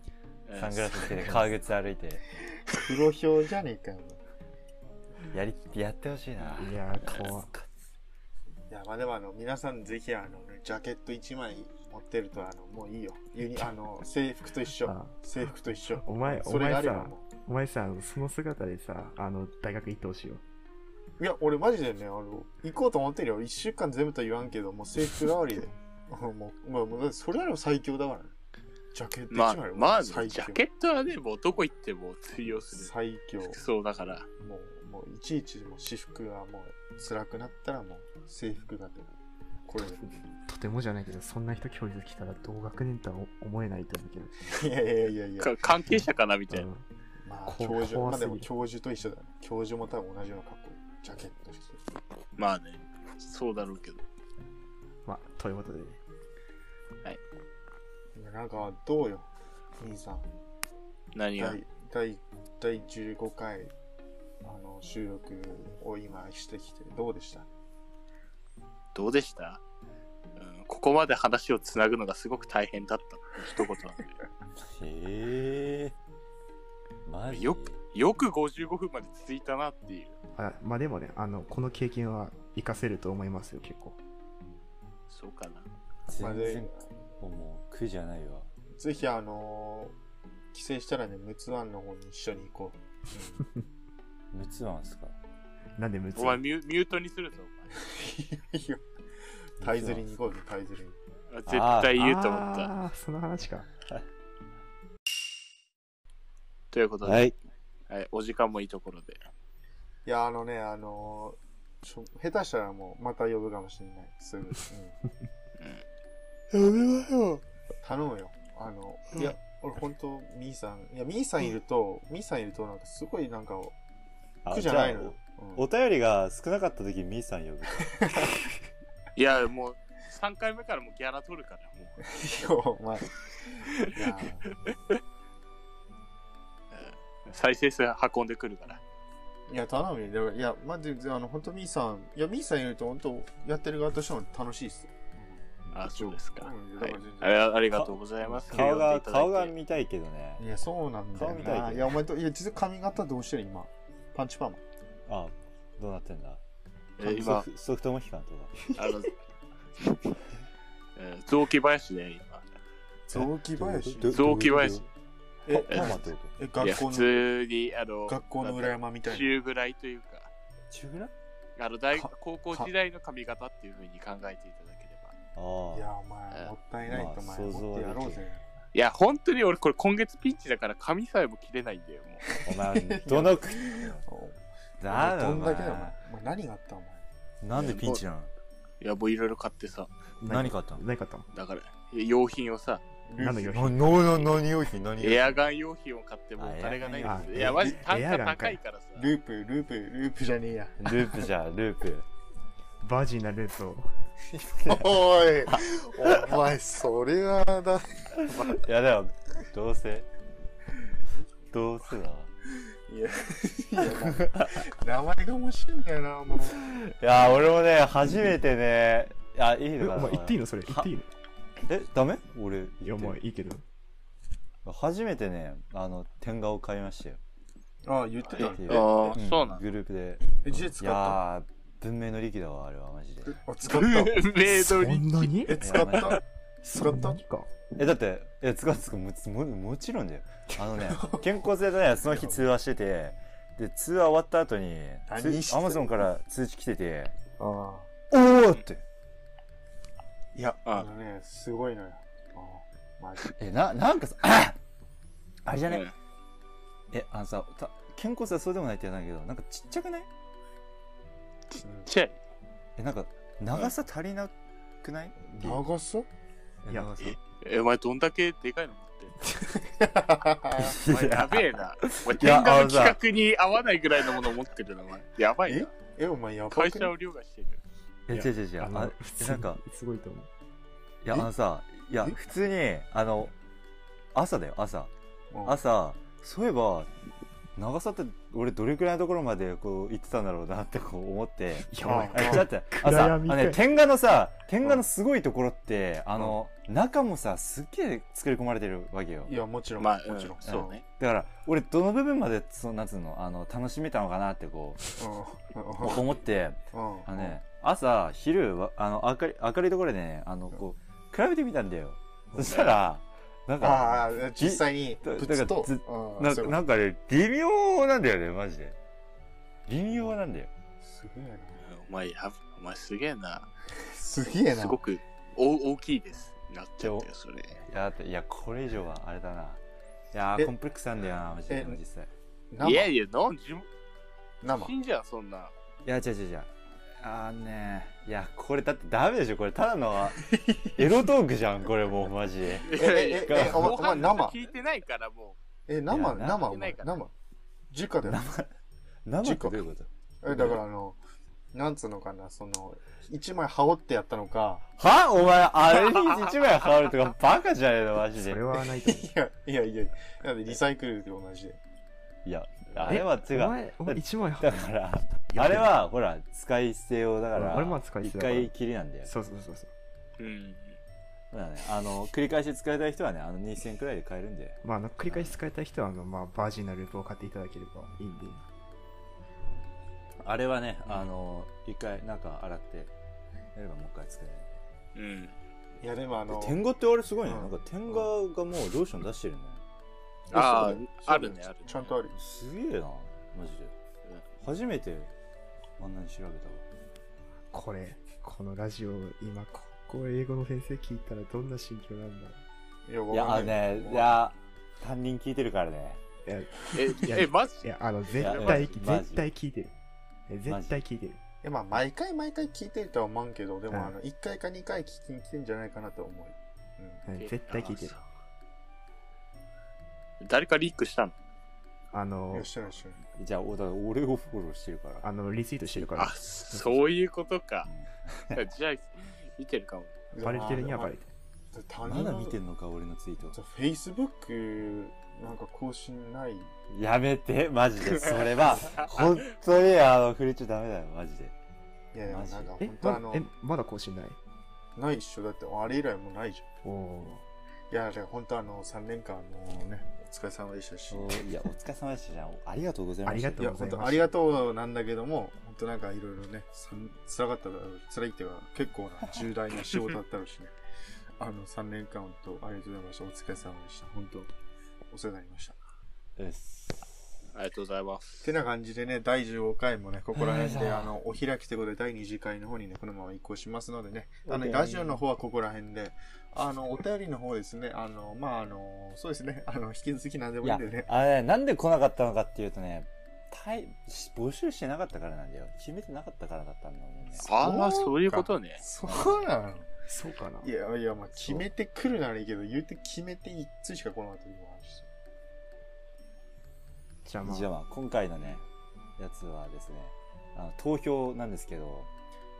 サングラスつけて、革靴歩いて。
黒表じゃねえかよ。
やり、やってほしいな。
いやー、怖っ
いや、まあでもあの、皆さんぜひあの、ね、ジャケット1枚持ってると、あの、もういいよ。ユ
[laughs]
ニ、あの、制服と一緒
あ。
制服と一緒。
お前、お
それがあ
前
れば
さ、
も
お前さ、その姿でさ、あの、大学行ってほしいよ。
う。いや、俺マジでね、あの、行こうと思ってるよ。1週間全部とは言わんけど、もう制服代わりで。 [laughs] もう、まあ、もうだってそれよりも最強だからね。ジャケット1
まあ
枚、は
まあ、ジ
最強。
ャケットはね、もうどこ行っても通用す
最強
[laughs] る。。服装だから。
もう、もう、いちいちもう私服がもう、辛くなったらもう、制服だけど。これで。
とてもじゃないけど、そんな人教育来たら同学年とは思えないと思うけど。
い
[laughs]
やいやいやいや。
か関係者かなみたいな。
うん
まあ、
こ
教授、
怖
まあ
す
で
ぎ
も
る
教授と一緒だね。教授も多分同じような格好。ジャケットして。
まあね、そうだろうけど。
まあ、ということでね。
いやなんか、どうよ、兄さん。
何が。
第、第、第15回、あの、収録を今してきて、どうでした
どうでした、うん、ここまで話をつなぐのがすごく大変だったって一言なんで。
へえ。マジ
よくよく55分まで続いたなっていう。
あまあでもね、あの、この経験は活かせると思いますよ、結構。
そうかな。
まあ
全
で
然、もう、苦じゃないわ。
ぜひ、あのー帰省したらね、陸奥湾の方に一緒に行こう。
ムツワンすか
なんでむつ
お前ミュミュートにするぞ、
うん [laughs] いや、タイ釣りに行こうよ、タイ釣りに。
お前。絶対言うと思った。
ああー、その話か。
ということで、
はい。
はいお時間もいいところで。
いや、あのね、あのーちょ下手したらもう、また呼ぶかもしれない。すぐ。うん
やめまよ。
頼むよ。あの、いや、俺本当ミーさん、いや、ミーさんいると、ミーさんいると、なんかすごいなんか、
あ
苦じゃないの
じゃ
よ
あ。
う
お
ん
便りが少なかった時にミーさん呼ぶ。
いや、もう3回目からもうギャラ取るから、もう。
お前。いや、
再生数運んでくるから。
いや頼むよ。だからいや、まあ、全然、あの、本当ミーさん、いや、ミーさんいると、本当やってる側としても楽しいっすよ。
あ、そうですか。
うん
は
だから
い
全然
あありがとうございます。
顔
呼んで
が、
いただいて
顔が見たいけどね。
いや、そうなんだよ
顔見たいけ
な。
ど
いや、お前と、いや、実は髪型どうしてる今。パンチパーマ。
あ、どうなってんだ
えー
ソ
今、
フソフトモヒカンとか。
あの、
[laughs]
えー雑木林で、今。
雑木林
どういうこと
雑木林。
どういう
え
こと、パーマってこ
え、
いや、
学校
普
の、
通に、あの、
学校の裏山みたいな。
中ぐらいというか、
と中ぐらい
あの大
か
高校時代の髪型っていうふうに考えていただければ。
あ
い
あ
や、。お前、もったいないと、お
まあ
前、
想像
持
は
って
でき
や
る
ろうぜ。
いや、本当に俺、これ今月ピンチだから髪さえも切れないんだよ、も
お前、どのく、
あ
な
どん
んだ
だ
お
けだお前
前。
お前何があったお前
なんでピンチなの
う。いや、もういろいろ買ってさ、
何買ったの
何かあったの
だから、用品をさ、
何の用
な
品
な何用品何
エアガン用品を買ってもお金がないんですよ。い
エアガン
や、マジ単
エア
価
ガンか
高いからさ。
ループループループじゃねえや
ループじゃ、ループ。
バージンなルートを。
おいお前それはだ
いや、でも、どうせ。どうせだわ。
いやいやなんか名前が面白いんだよなもう
いや、俺もね、初めてね、あ、いい
え
の
お
かな
前言っていい
の
のそれ言っていいの
え、ダメ俺言って
い
る、
や、お前いいけど。
初めてね、あの、天画を買いましたよ。
ああ言ってたね
え
ああ、
ん
そうなんだ。
グループで。
え実際
い
使っ
やー、文明の利器だわ、あれは、マジで。
たあ使
[laughs]
った
メイ
そ
ドに。
んなに
え使った
そんなにか。
え、だって、え、つかつかもつも、もちろんだよ。あのね、健康性でね、その日通話してて、で、通話終わった後に、
何して
アマゾンから通知来てて、
あ
おーって。
あいや
あ
あのねすごいのよああマジ
え、な、なんかさ、ああれじゃね、
うん
え、あのさ、た健康性はそうでもないって言うんだけど、なんかちっちゃくない
ちっちゃい。
え、なんか、長さ足りなくない、
長さ
え
いや
長さ
え、お前どんだけでかいの持ってんのお前やべえな。お前、
いや
天下
あ
の
のさ
企画に合わないぐらいのものを持ってるな、お前。やばいな。
[laughs] え、お前やばくない
会社を凌駕してる。
え、違う違う違う。
あ
あ
の、普
え
通
なん
に
か、
すごいと思う。
いや、あ
え
のさ、いや、
え
普通に、あの、朝だよ、朝。
うん
朝、そういえば、長さって俺どれくらいのところまでこう行ってたんだろうなってこう思って。
やばい
あ
あちょっと待って、あさ、
暗
あ
闇か
の
い
ね、天下のさ、天下のすごいところって、あの、中もさ、すっげえ作り込まれてるわけよ
い。や、もちろん、
まあ、
もちろん。
そうね。
だから、俺どの部分まで、その、なんつうの、あの、楽しめたのかなってこう、
う
思って、
ん。うん
あのね、朝、昼、わあの、明るい、明るいところでね、あの、こう、比べてみたんだよ。そしたら、なんか、
ああ、実際に、
だ
ぶつと
だからず、
うん
な
そういうこと
なんかね、微妙なんだよね、マジで。微妙なんだよ。
すげえな。
お前、やばお前すげえな。
すげえな。
すごくお大きいです。なっちゃったよ、それ。
いや、だっていや、これ以上はあれだな。いや
え
ー、コンプレックスなんだよな、マジで
え、
実際。
い
生
やいや、なんじ
生
死んじゃん、そんな。
いや、違う違う違う。あーねいや、これだってダメでしょ、これ。ただの、 [laughs] エロトークじゃん、これもう、マジで。
ええええお前
後半
お前生
聞いてないから、も
え、生、
い
生、
や
生
お
ない
前
から
生。直だよ。
生っ
事
て
故
どういうこと
え、だからあの、なんつうのかな、その、一枚羽織ってやったのか、
はお前、あれに一枚羽織るとか [laughs] バカじゃねえの、マジ
そ
で
れ。はないと思う。
いや、いやいや、なんでリサイクルと同じで。
いや、あれは違
お
う。
前、お前一枚
だから、
や
あ
って
れ
る
は、ほら、使い捨て用だか
う
ら、
んあれも使い捨て
一
だから
回きりなんだよ。
そうそうそうそう。
う。うん。
そうだね。あの、繰り返し使いたい人はね、あの、2000くらいで買えるんで。
まあ、あの繰り返し使いたい人は、あの、まあ、バージンなループを買っていただければいいんで。
あれはね、あの、一回、なんか洗って、やればもう一回使えるんで。
うん。
いや、でもあの、
天狗ってあれすごいね。
うん
なんか天狗がもうローション出してるね。
あ
そうだよ
あ、あるね、あるね。
ちゃんとある。
すげえな、マジで。初めて、あんなに調べたわ。
これ、このラジオ、今、ここ英語の先生聞いたらどんな心境なんだろ
いや、
いや、
わ
あ
か
の
んない
ね、いや、担任聞いてるからね。
う。いや、
え
いや、
え、マジ
いやあの、絶
いや
対、
マジマジ
絶対聞いてる。え絶対聞いてる。
いや、まあ、毎回毎回聞いてるとは思うんけど、で
うん
も、あの、一回か二回聞きに来てんじゃないかなと思うよ。
うん絶対聞いてる。
誰かリークしたの
あ
うん。い
の
や、、してないしてない。
じゃあ、おだから俺をフォローしてるから。
あの、リツイートしてるか
あ
ら、、
そういうことか。じゃあ、見てるかも。
バレてるにはバレてる。
る。
まだ見てんのか、俺のツイート。
フェイスブックなんか更新ない。
やめて、マジで。それは、本当に、あの、触れちゃダメだよ、マジで。
いやいや、
マジ
なんか
え
本当あ
ま
の、
え、まだ更新ない
ないっしょ。だって、あれ以来もうないじ
おお
ゃん。いや、だから本当あの、3年間、あのね、お疲れ様でしたし。
おいや、お疲れ様でしたじゃん。ありがとうございま
あ
し
り
た。
がと
いうや、
ござ
本
い
当
ま
あ
す
り。がとうなんだけども、本当なんかいろいろね、さん辛かっただろう、辛いっていうか、結構な重大な仕事だったろうしね。あの、3年間、本当ありがとうございました。お疲れ様でした。本当お世話になりました。
うっす
ありがとうございます。
てな感じでね、第15回もね、ここら辺
はい
で、あの、お開きということで、第2次会の方にね、このまま移行しますのでね、あ
お便
の、
り
ラジオの方はここら辺で、あの、お便りの方ですね、あの、まあ、あの、そうですね、あの、引き続き何でも
い
いい
や
んでね、、
あのね、なんで来なかったのかっていうとね、たいし募集してなかったからなんだよ。決めてなかったからだったんだよね。
ああ、そういうことね。
そうなの
そうかない
やいや、まあ、決めてくるならいいけど、言うて決めて1通しか来なかった今の話です
じゃあま
じゃあ
あ、
まあ今回のねやつはですねあの投票なんですけど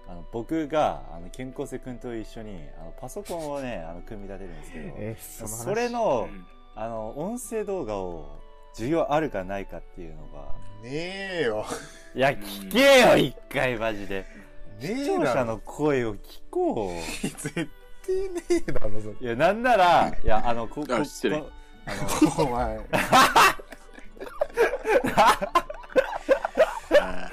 あの僕があの健康瀬君と一緒にあのパソコンを
[laughs]
ねあの組み立てるんですけど
え、その話
それの,、
うん
あの音声動画を需要あるかないかっていうのが
ねえよ。
いや
ん
聞けよ一回マジで
ね
視
え
聴
だ
者
ろ。
の声を聞こ
[laughs] 絶対ねえだろ、それ
ういやなんならいやあのここ
あ失礼
こ
[laughs] お前。
あ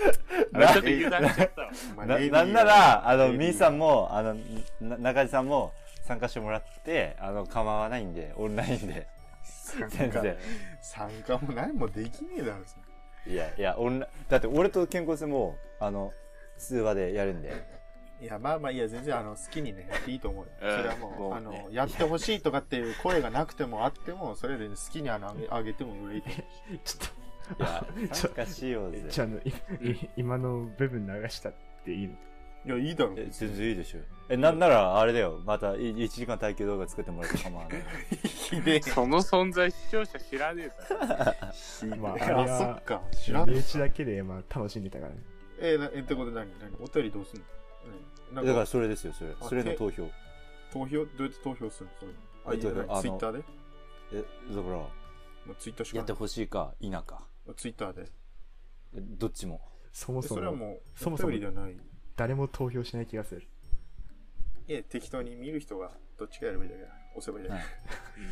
ーちょっと油断しちゃったわ。
お前
な
レディー
なんなら、あ
レ
の、
ディー
みーさんも、あの、な中地さんも参加してもらって、あの、構わないんで、オンラインで。
参
全
加
然。
参加も何もできねえだろ、それ
いや、いや、オンラだって俺と健康性も、あの、通話でやるんで。
いや、まあまあ、いや、全然、あの、好きにね、 [laughs] やっていいと思うよ。そ
うん
れはもう、
もう
あ
ね
の、やってほしいとかっていう声がなくてもあっても、それで好きにあのあげあげてもいい。 [laughs]
ちょっと。
いや、
ち
参
ょ
加しよう
え [laughs]
ぜ。
じゃああのいい今の部分流したっていいの
いや、いいだろ。
え全然いいでしょえなんならあれだよまたい1時間耐久動画作ってもらって構わない
ひ [laughs] でえ。
その存在視聴者知らねえから。
まああれは
あ、そっか。知らん
身。内だけで、まあ、楽しんでたからね。
え、なえってこと何何お便りどうすんの何な
だ
ん
か
から
それですよそれ
あ
それの投票
投票、どうやって投票するのそれあ、
え
いいよ
投票あの
ツイッターで
えだから
まあツイッターしか
やって
ない
ほしいか否か
まあツイッターで。
えどっちも
そも
え
そ
それは
も、
もう、
そもそも
お便りではない。
誰も投票しない気がする。
いや、適当に見る人がどっちかやればいいだけだ。押せばいいだけだ。
はい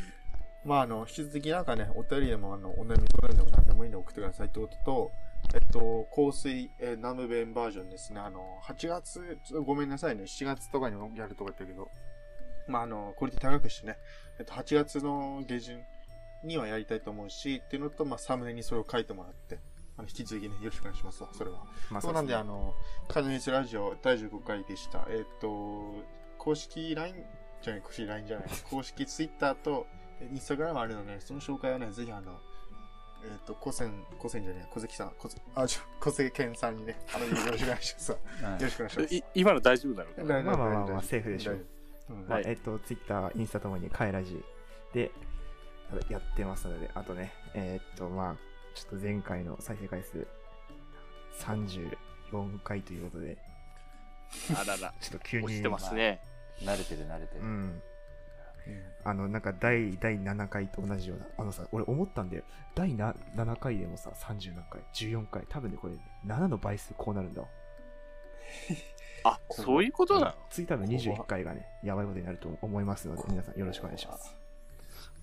まあ、あの、引き続きなんかね、お便りでも、あの、お悩み相談でも何でもいいので送ってくださいってことと、えっと、香水、えーナムベンバージョンですね。あの、8月、ちょっとごめんなさいね、7月とかにもやるとか言ったけど、まあ、あの、クオリティ高くしてね、えっと、8月の下旬にはやりたいと思うし、っていうのと、まあ、サムネにそれを書いてもらって、あの、引き続きね、よろしくお願いしますわ、それは。
まあ、
そうなんで、
す
あの、カズミスラジオ第15回でした。えっ、と、公式 LINE じゃ
[laughs]
ない、公式 LINE じゃない、公式 Twitter と Instagram あるので、その紹介はね、ぜひあの、えっ、と、古仙、古仙じゃねえ、小関さん、小関あ、ちょ小関健さんにね、あの、よろしくお願いします。よ
はい
ろしくお願いします。
い今の大丈夫だろうか
まあまあまあまあセーフでしょう
大丈夫うん
まあ
はい
えっと、ツイッター、インスタともに、カエラジでやってますので、あとね、えっと、まあ、ちょっと前回の再生回数34回ということで、
あらら。
ちょっと急に。
落ちてますね。
慣れてる慣れてる、
うん。あの、なんか第、第7回と同じような、あのさ、俺思ったんだよ。第な7回でもさ、30何回、14回、多分ね、これ、7の倍数こうなるんだわ。
あ、そういうことなの
次多分21回がね、やばいことになると思いますので、皆さんよろしくお願いします。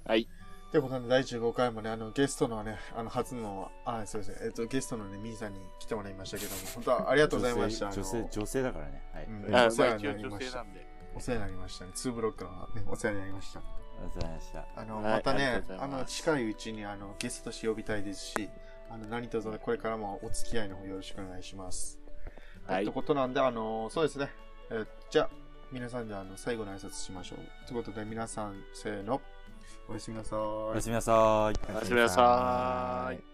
はい。
ということで、第15回もね、あの、ゲストのね、あの、初の、あ、そうですね、えっ、と、ゲストのね、ミーさんに来てもらいましたけども、本当はありがとうございました。
女性女性女性だからねはい、
あの、
女
う
性
ん
あ
お世
まあ
話に
一
なりま
応女
し
性
た
な。んで。
お世話になりましたね。2ブロックの、ね、お世話になりました。
ありがとうございました
あの、
はい
また
ありが
ね
とうご、ざ
あ
います
の、近いうちにあのゲストとして呼びたいですし、あの、何卒ねこれからもお付き合いの方よろしくお願いします。
は
って
い。
ことなんで、あの、そうですね。えーじゃあ、皆さんであの、最後の挨拶しましょう。ということで、皆さん、せーの。おやすみなさーい
おや。すみなさーい
おやすみなさーい。